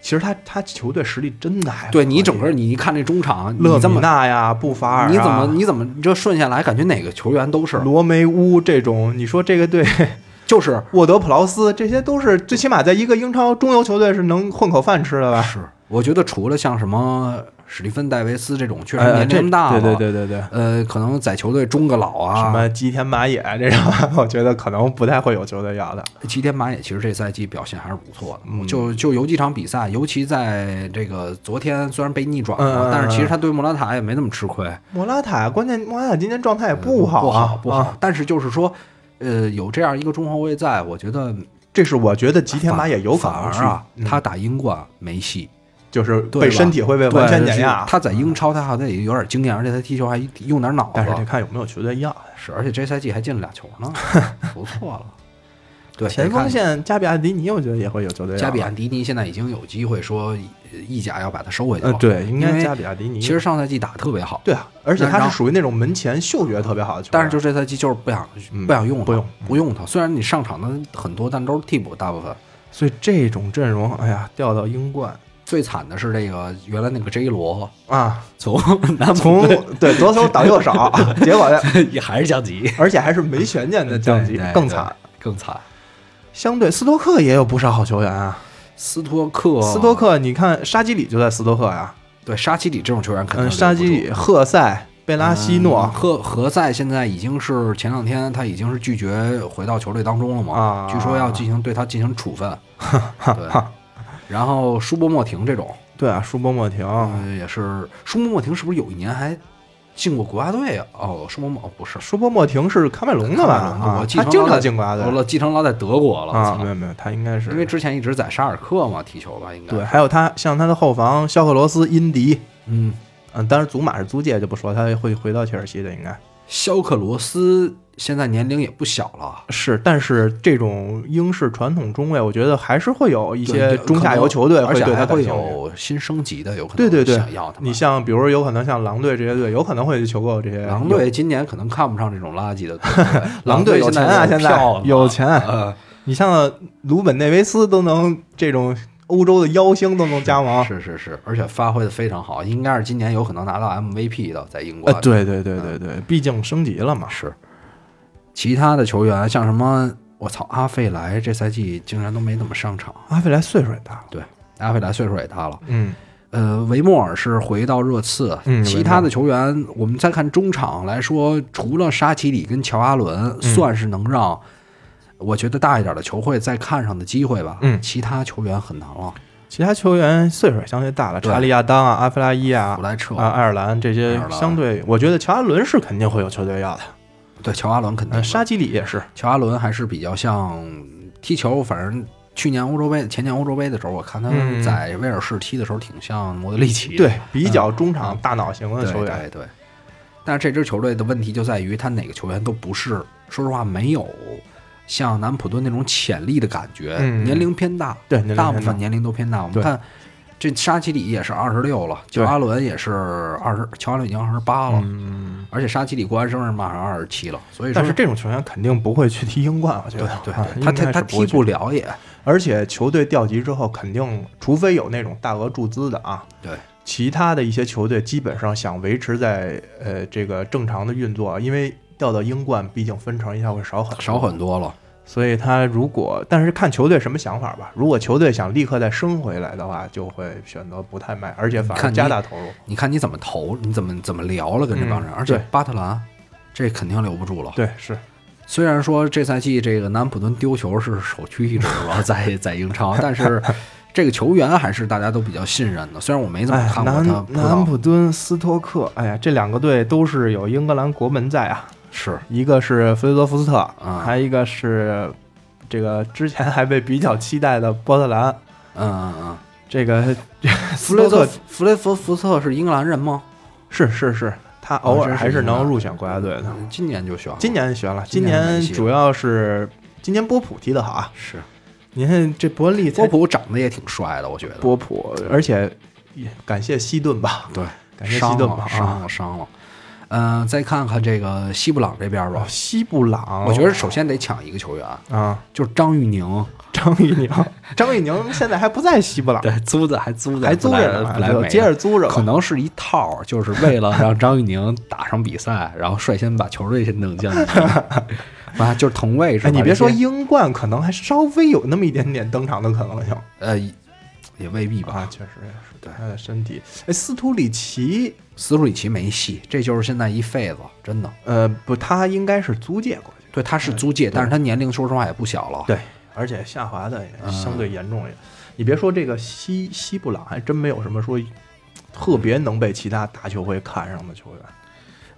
S2: 其实他他球队实力真的还
S1: 对
S2: 可
S1: 你
S2: 以
S1: 整个你一看这中场，
S2: 勒
S1: 你这
S2: 米
S1: 么
S2: 纳呀、布法尔、啊，
S1: 你怎么你怎么你这顺下来，感觉哪个球员都是，
S2: 罗梅乌这种？你说这个队，
S1: 就是
S2: 沃德普劳斯，这些都是最哎起码在一个英超中游球队是能混口饭吃的吧？
S1: 是，我觉得除了像什么史蒂芬·戴维斯这种确实
S2: 哎，哎
S1: 年龄这么大了，
S2: 对对对对对，
S1: 呃，可能在球队中个老
S2: 什
S1: 啊。
S2: 么吉田麻也这种， 我觉得可能不太会有球队要的。
S1: 吉田麻也其实这赛季表现还是不错的，
S2: 嗯
S1: 就就有几场比赛，尤其在这个昨天虽然被逆转了，
S2: 嗯嗯嗯
S1: 但是其实他对莫拉塔也没那么吃亏，
S2: 莫拉塔，关键莫拉塔今天状态也
S1: 不
S2: 好
S1: 不
S2: 啊，
S1: 好不好。
S2: 啊
S1: 但是就是说，呃，有这样一个中后卫在，我觉得
S2: 这是我觉得吉田麻
S1: 反
S2: 也有
S1: 反
S2: 能
S1: 而
S2: 去
S1: 啊，
S2: 嗯
S1: 他打英冠没戏，
S2: 就是
S1: 对
S2: 被
S1: 吧
S2: 身体会被完全
S1: 对
S2: 碾
S1: 是
S2: 压。嗯
S1: 他在英超他好像也有点经验，而且他踢球还用点脑子
S2: 但是得，看有没有球队要。啊
S1: 是而且这赛季还进了俩球 呢，不错了。对，
S2: 前
S1: 得看
S2: 锋线加比亚迪尼，我觉得也会有球队要。啊
S1: 加比亚迪尼现在已经有机会说呃意甲要把他收回去
S2: 呃
S1: 了。，
S2: 对，应
S1: 因
S2: 该
S1: 为
S2: 加比亚迪尼。
S1: 其实上赛季打得特别好，
S2: 对啊，而且
S1: 然
S2: 他
S1: 后
S2: 是属于那种门前嗅觉特别好的球员，
S1: 但是就这赛季就是不想
S2: 嗯
S1: 不想用他
S2: 不用
S1: 不用他。虽然你上场的很多，但都是替补大部分。
S2: 所以这种阵容，哎呀，掉到英冠
S1: 最惨的是这个原来那个 J 罗
S2: 啊，
S1: 从南
S2: 从对左手倒右手，结果呢
S1: 也还是降级，
S2: 而且还是没悬念的降级
S1: 对，对
S2: 更惨。
S1: 更惨。
S2: 相对斯托克也有不少好球员啊，
S1: 斯托克，
S2: 斯托克，你看沙基里就在斯托克呀、
S1: 对沙奇里这种球员肯定
S2: 嗯，
S1: 留不
S2: 沙基
S1: 住
S2: 里、赫塞、贝拉西诺
S1: 嗯、赫何塞现在已经是前两天他已经是拒绝回到球队当中了嘛，
S2: 啊
S1: 据说要进行对他进行处 分。对，然后舒波莫廷这种，
S2: 对啊，舒波莫廷，
S1: 呃也是舒波莫廷是不是有一年还进过国家队啊？哦，舒波莫哦不是，
S2: 舒波莫廷是喀麦隆的吧？
S1: 喀麦隆的
S2: 啊
S1: 我，记
S2: 他
S1: 成
S2: 经
S1: 了
S2: 常进国家
S1: 我
S2: 队
S1: 老继承老在德国了，
S2: 啊，
S1: 我操
S2: 没有没有，他应该是
S1: 因为之前一直在沙尔克嘛踢球吧，应该
S2: 对，还有他像他的后防肖克罗斯、因迪，
S1: 嗯，
S2: 嗯，当然祖马是租借就不说，他会回到切尔西的应该
S1: 肖克罗斯现在年龄也不小了。
S2: 是，但是这种英式传统中卫，我觉得还是会有一
S1: 一
S2: 些中下游球队
S1: 而
S2: 会
S1: 且
S2: 对
S1: 还
S2: 他感
S1: 会
S2: 兴趣
S1: 有新升级的，有可能
S2: 对对对
S1: 想要他们
S2: 你。像比如有可能像狼队这些队，有可能会去求购这些
S1: 狼
S2: 有。
S1: 队今年可能看不上这种垃圾的队伍，
S2: 狼队有
S1: 现
S2: 钱啊，
S1: 有
S2: 现在
S1: 票
S2: 有钱。啊
S1: 呃，
S2: 你像鲁本内维斯都能这种欧洲的妖星都能加盟，
S1: 是是是，而且发挥的非常好，应该是今年有可能拿到 MVP 的，嗯在英国。啊
S2: 呃，，对对对对对，毕竟升级了嘛。
S1: 是。其他的球员像什么，我操，阿费莱这赛季竟然都没怎么上场。
S2: 阿费莱岁数也大了，
S1: 阿费莱岁数也大了，
S2: 嗯，
S1: 呃，维莫尔是回到热刺，
S2: 嗯
S1: 其
S2: 维
S1: 他
S2: 莫
S1: 的球员，我们再看中场来说，除了沙奇里跟乔阿
S2: 嗯
S1: 伦，算是能让我觉得大一点的球会再看上的机会吧。
S2: 嗯
S1: 其他球员很难了，
S2: 其他球员岁数也相对大了，
S1: 对
S2: 查理亚当啊、阿弗拉伊啊
S1: 弗、莱彻，
S2: 啊爱尔兰这些
S1: 爱尔兰
S2: 相对，我觉得乔阿伦是肯定会有球队要的，
S1: 对，乔阿伦肯定
S2: 嗯，
S1: 的。
S2: 沙基里也是，
S1: 乔阿伦还是比较像踢球，反正去年欧洲杯、前年欧洲杯的时候，我看他
S2: 嗯
S1: 在威尔士踢的时候，挺像莫德里嗯奇的。
S2: 对，比较中场大脑型的
S1: 对
S2: 球员，
S1: 对对。但是这支球队的问题就在于，他哪个球员都不是，说实话，没有像南普顿那种潜力的感觉，
S2: 嗯
S1: 年龄偏大，
S2: 对，年龄
S1: 大部
S2: 偏大
S1: 分年龄都偏大。我们
S2: 对
S1: 看这沙奇里也是二十六了，
S2: 对
S1: 乔阿伦也是二十，乔阿伦已经二十八了，
S2: 嗯，
S1: 而且沙奇里过完生日马上二十七了，所以说
S2: 但是这种球员肯定不会去踢英冠，我觉
S1: 对
S2: 得
S1: 对
S2: 啊
S1: 对，他
S2: 应该
S1: 他
S2: 是
S1: 他
S2: 会
S1: 踢
S2: 去
S1: 不了也
S2: 而且球队调集之后，肯定除非有那种大额注资的啊，
S1: 对，
S2: 其他的一些球队基本上想维持在呃这个正常的运作，因为调到英冠，毕竟分成一下会少很多
S1: 少，很多了。
S2: 所以他如果但是看球队什么想法吧，如果球队想立刻再升回来的话，就会选择不太卖，而且反而
S1: 看你
S2: 加大投入。
S1: 你看你怎么投，你怎么怎么聊了跟这帮人，
S2: 嗯
S1: 而且
S2: 对
S1: 巴特兰这肯定留不住了。
S2: 对，是
S1: 虽然说这赛季这个南普敦丢球是首屈一指吧， 在在英超，但是这个球员还是大家都比较信任的。虽然我没怎么
S2: 哎，
S1: 看过
S2: 南
S1: 他，不知
S2: 南
S1: 道
S2: 普敦、斯托克，哎呀，这两个队都是有英格兰国门在啊，
S1: 是
S2: 一个是弗雷德福斯特，
S1: 嗯
S2: 还一个是这个之前还被比较期待的波特兰。
S1: 嗯嗯嗯，
S2: 这个
S1: 弗
S2: 斯
S1: 雷
S2: 托
S1: 泽
S2: 克
S1: 弗雷弗福特是英格兰人吗？
S2: 是是是，他偶尔哦还是能入选国家队的。
S1: 嗯今年就选了，
S2: 今年选了，
S1: 今
S2: 今
S1: 年很
S2: 年
S1: 幸运
S2: 主要是今年波普踢得好啊！
S1: 是
S2: 您看这伯恩利才
S1: 波普长得也挺帅的，我觉得。
S2: 波普，而且也感谢西顿吧，
S1: 对，
S2: 感谢
S1: 伤
S2: 西顿吧
S1: 了伤
S2: 啊！
S1: 了伤了。嗯，再看看这个西布朗这边吧
S2: 哦，西布朗，
S1: 我觉得首先得抢一个球员，
S2: 啊，
S1: 就是张玉宁，
S2: 张玉宁， 张玉宁现在还不在西布朗，
S1: 对，租的还租的
S2: 还租着呢，
S1: 来
S2: 就接着租着吧
S1: 可。能是一套，就是为了让张玉宁打上比赛，然后率先把球队先弄进来， 啊，就是同位置
S2: 哎，
S1: 吧。
S2: 你别说
S1: 这些
S2: 英冠，可能还稍微有那么一点点登场的可能性。
S1: 呃，也未必吧
S2: 啊，。确实也是
S1: 对
S2: 他的身体。哎，斯图里奇，
S1: 斯图里奇没戏，这就是现在一废子，真的。
S2: 呃，不，他应该是租借过去的，
S1: 对，他是租借，但是他年龄说实话也不小了。
S2: 对，而且下滑的
S1: 嗯
S2: 也相对严重一点。你别说这个西西布朗，还真没有什么说特别能被其他大球会看上的球员，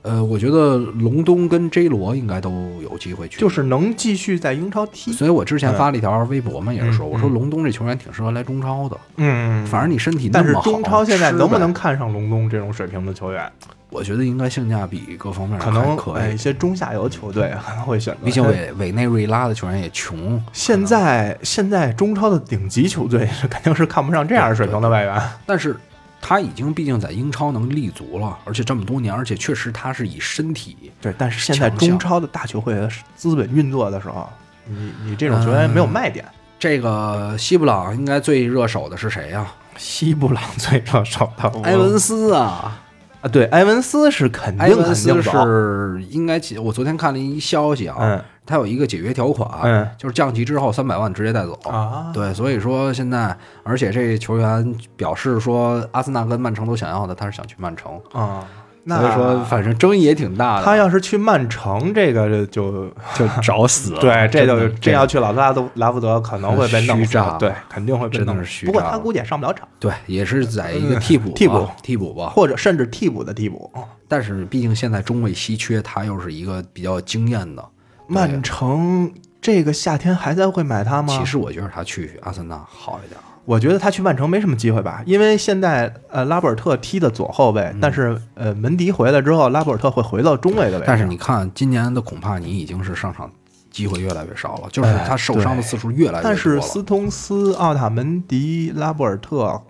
S1: 呃，我觉得隆东跟 J 罗应该都有机会去，
S2: 就是能继续在英超踢。
S1: 所以我之前发了一条微博嘛，也是说，
S2: 嗯
S1: 我说
S2: 嗯
S1: 隆东这球员挺适合来中超的，
S2: 嗯
S1: 反正你身体那
S2: 但是
S1: 么好，
S2: 中超现在
S1: 吃呗
S2: 能不能？看上隆东这种水平的球员？
S1: 我觉得应该性价比各方面
S2: 可能
S1: 还可
S2: 哎，一
S1: 以，
S2: 些中下游球队可能会选择。哎
S1: 毕竟委委内瑞拉的球员也穷，
S2: 现在现在中超的顶级球队是肯定是看不上这样水平的外援。
S1: 但是他已经毕竟在英超能立足了，而且这么多年，而且确实他是以身体，
S2: 对，但是现在中超的大球会的资本运作的时候，你你这种球
S1: 嗯
S2: 员没有卖点。
S1: 这个西布朗应该最热手的是谁呀、
S2: 西布朗最热手的
S1: 埃文斯啊，
S2: 啊，对，埃文斯是肯
S1: 埃
S2: 定肯
S1: 文斯
S2: 定走。
S1: 是应该解，我昨天看了一消息啊，啊
S2: 嗯
S1: 他有一个解约条款，
S2: 嗯
S1: 就是降级之后三百万直接带走。
S2: 啊，
S1: 对，所以说现在，而且这球员表示说，阿森纳跟曼城都想要的，他是想去曼城。
S2: 啊，
S1: 所以
S2: 那
S1: 说，反正争议也挺大的。
S2: 他要是去曼城，这个就
S1: 就找死了
S2: 对，这
S1: 呃真
S2: 就
S1: 的
S2: 这要去老拉德拉福德，可能会被弄
S1: 虚
S2: 死
S1: 炸，
S2: 对，肯定会被
S1: 真的
S2: 弄
S1: 是
S2: 死
S1: 虚
S2: 不过
S1: 炸
S2: 他
S1: 了
S2: 估计也上不了场，
S1: 对，也是在一个替补吧、
S2: 嗯替补
S1: 替补吧。
S2: 或者甚至替补的替补。
S1: 但是毕竟现在中卫稀缺，他又是一个比较惊艳的。
S2: 曼城这个夏天还在会买他吗？
S1: 其实我觉得他去阿森纳好一点。
S2: 我觉得他去曼城没什么机会吧，因为现在呃拉波尔特踢的左后卫，
S1: 嗯
S2: 但是呃门迪回来之后，拉波尔特会回到中卫的位置。
S1: 但是你看，今年的恐怕你已经是上场机会越来越少了，就是他受伤的次数越来越多
S2: 哎但
S1: 了。
S2: 是斯通斯、奥塔门迪、拉波尔特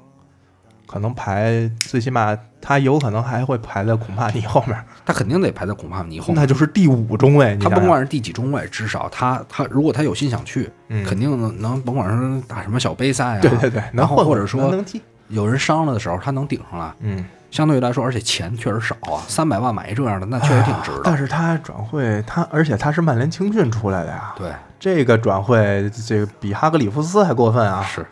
S2: 可能排，最起码他有可能还会排在孔帕尼后面，
S1: 他肯定得排在恐怕你后面。
S2: 那就是第五中卫。你
S1: 他
S2: 想
S1: 甭
S2: 想
S1: 管是第几中卫，至少他他如果他有心想去，
S2: 嗯
S1: 肯定能能甭管是打什么小杯赛啊，
S2: 对对对，
S1: 然
S2: 能
S1: 后
S2: 混
S1: 或者说
S2: 能能踢，
S1: 有人伤了的时候，他能顶上来。
S2: 嗯，
S1: 相对来说，而且钱确实少啊，三百万买一这样的，那确实挺值的。
S2: 嗯但是他转会，他而且他是曼联青训出来的呀，
S1: 对，
S2: 这个转会这个比哈格里夫斯还过分啊！
S1: 是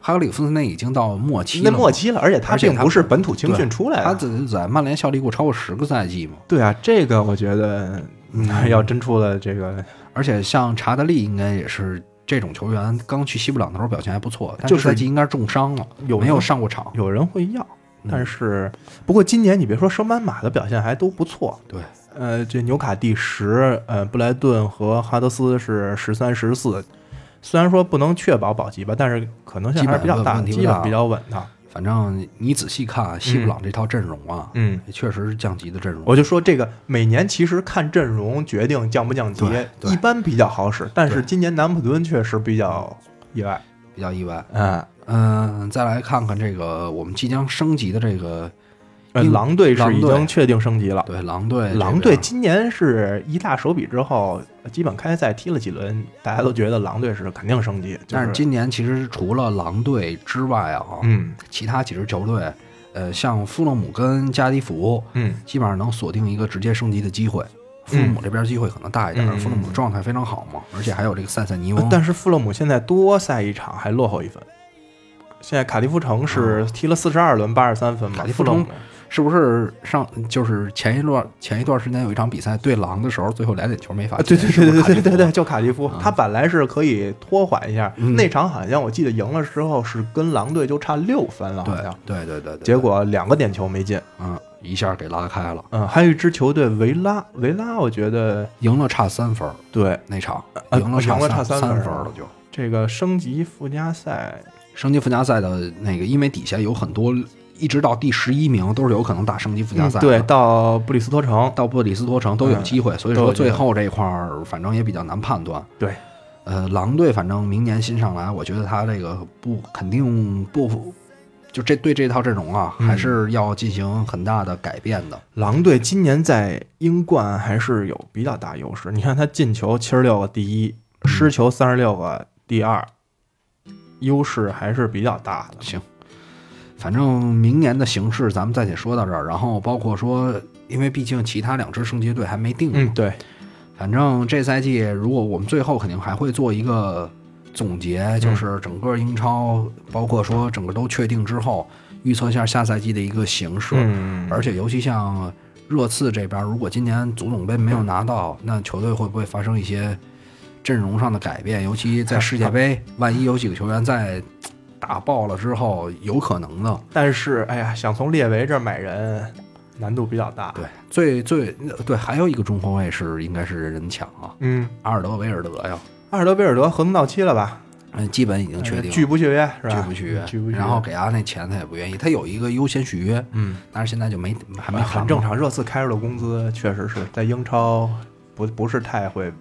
S1: 哈格里夫斯那已经到末期
S2: 那
S1: 了嘛，
S2: 末期了，而且他
S1: 而且
S2: 并
S1: 他
S2: 不是本土青训
S1: 对
S2: 出来
S1: 他
S2: 的。
S1: 在在曼联效力过超过十个赛季嘛。
S2: 对啊，这个我觉得， 嗯，要真出了这个，
S1: 而且像查德利应该也是这种球员，刚去西布朗的时候表现还不错，但
S2: 就是
S1: 这赛季应该是重伤了，
S2: 有
S1: 没有上过场。
S2: 有人会要。
S1: 嗯
S2: 但是，不过今年你别说升班马的表现还都不错，
S1: 对，
S2: 呃，这纽卡第十，呃，布莱顿和哈德斯是十三、十四，虽然说不能确保保级吧，但是可能性还是比较
S1: 基
S2: 大，
S1: 本问题
S2: 基
S1: 不大
S2: 本比较稳的。
S1: 反正你仔细看啊西布朗这套阵容啊，
S2: 嗯，
S1: 确实是降级的阵容。
S2: 我就说这个每年其实看阵容决定降不降级
S1: 对，对
S2: 一般比较好使，但是
S1: 对
S2: 今年南普敦确实比较意外。
S1: 比较意外。
S2: 嗯，
S1: 嗯，再来看看这个我们即将升级的这个
S2: 呃
S1: 英
S2: 狼队是已
S1: 狼
S2: 经
S1: 队
S2: 确定升级了。
S1: 对狼队这边，啊
S2: 狼队今年是一大手笔之后，基本开赛踢了几轮，大家都觉得狼队是肯定升级。就
S1: 但是今年其实除了狼队之外啊，
S2: 嗯
S1: 其他几支球队，呃，像富勒姆跟加迪福，
S2: 嗯
S1: 基本上能锁定一个直接升级的机会。富勒姆这边机会可能大一点，
S2: 嗯
S1: 富勒姆状态非常好嘛，而且还有这个塞塞尼翁。
S2: 呃但是富勒姆现在多赛一场还落后一分。现在卡迪夫城是踢了四十二轮八十三分嘛？
S1: 卡迪
S2: 富
S1: 夫
S2: 勒
S1: 城
S2: 姆
S1: 是不是上就是前一段前一段时间有一场比赛对狼的时候，最后两点球没罚
S2: 啊，
S1: 进？
S2: 对对
S1: 是不是
S2: 对对
S1: 卡迪
S2: 对
S1: 夫
S2: 对对，就卡迪夫
S1: 啊，
S2: 他本来是可以拖缓一下，
S1: 嗯
S2: 那场好像我记得赢了之后是跟狼队就差六分了，好像，
S1: 啊对对对对对，
S2: 结果两个点球没进。
S1: 嗯一下给拉开了，
S2: 嗯，还有一支球队维拉，维拉我觉得
S1: 赢了差三分儿
S2: 对
S1: 那场，
S2: 呃
S1: 赢了
S2: 赢了差
S1: 三
S2: 三分儿
S1: 分儿了就。
S2: 这个升级附加赛，
S1: 升级附加赛的那个，因为底下有很多，一直到第十一名都是有可能打升级附加
S2: 嗯
S1: 赛、
S2: 对，，到布里斯托城，
S1: 到布里斯托城都有机会，所以
S2: 都有
S1: 说
S2: 机会
S1: 最后这一块儿反正也比较难判断。
S2: 对，
S1: 呃，狼队反正明年新上来，我觉得他这个不肯定不，就这对这套阵容啊，
S2: 嗯
S1: 还是要进行很大的改变的。
S2: 狼队今年在英冠还是有比较大优势。你看他进球七十六个第一，失球三十六个第二，优势还是比较大的。
S1: 行，反正明年的形势咱们暂且说到这儿，然后包括说，因为毕竟其他两支升级队还没定嘛，
S2: 嗯嗯，对，
S1: 反正这赛季，如果我们最后肯定还会做一个总结，就是整个英超，包括说整个都确定之后，预测一下下赛季的一个形势。
S2: 嗯，
S1: 而且尤其像热刺这边，如果今年足总杯没有拿到，那球队会不会发生一些阵容上的改变？尤其在世界杯，万一有几个球员在打爆了之后，有可能的。
S2: 但是哎呀，想从列维这儿买人难度比较大。
S1: 对，最最对，还有一个中后卫是应该是人抢啊，
S2: 嗯，
S1: 阿尔德维尔德呀，
S2: 阿尔德威尔德合同到期了吧？哎
S1: 嗯，基本已经确定了，
S2: 拒不续约是吧？嗯
S1: 拒不续约，
S2: 拒不续约。
S1: 然后给他那钱他也不愿意，他有一个优先续约，
S2: 嗯，
S1: 但是现在就没还没
S2: 很
S1: 谈
S2: 正常。热刺开出的工资确实是在英超不不是太会，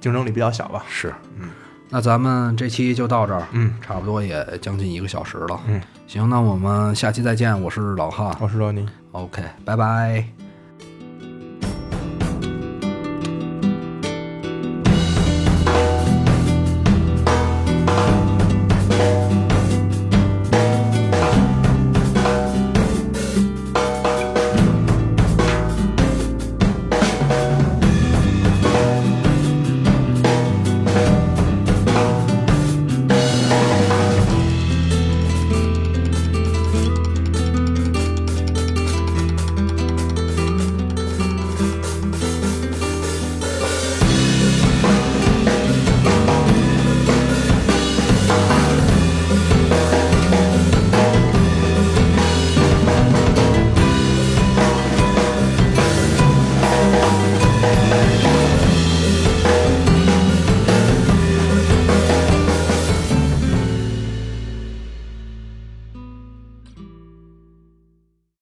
S2: 竞争力比较小吧？
S1: 是，
S2: 嗯，
S1: 那咱们这期就到这儿，
S2: 嗯，
S1: 差不多也将近一个小时了，
S2: 嗯，
S1: 行，那我们下期再见，我是老汉
S2: 我是罗尼。
S1: ，OK，拜拜。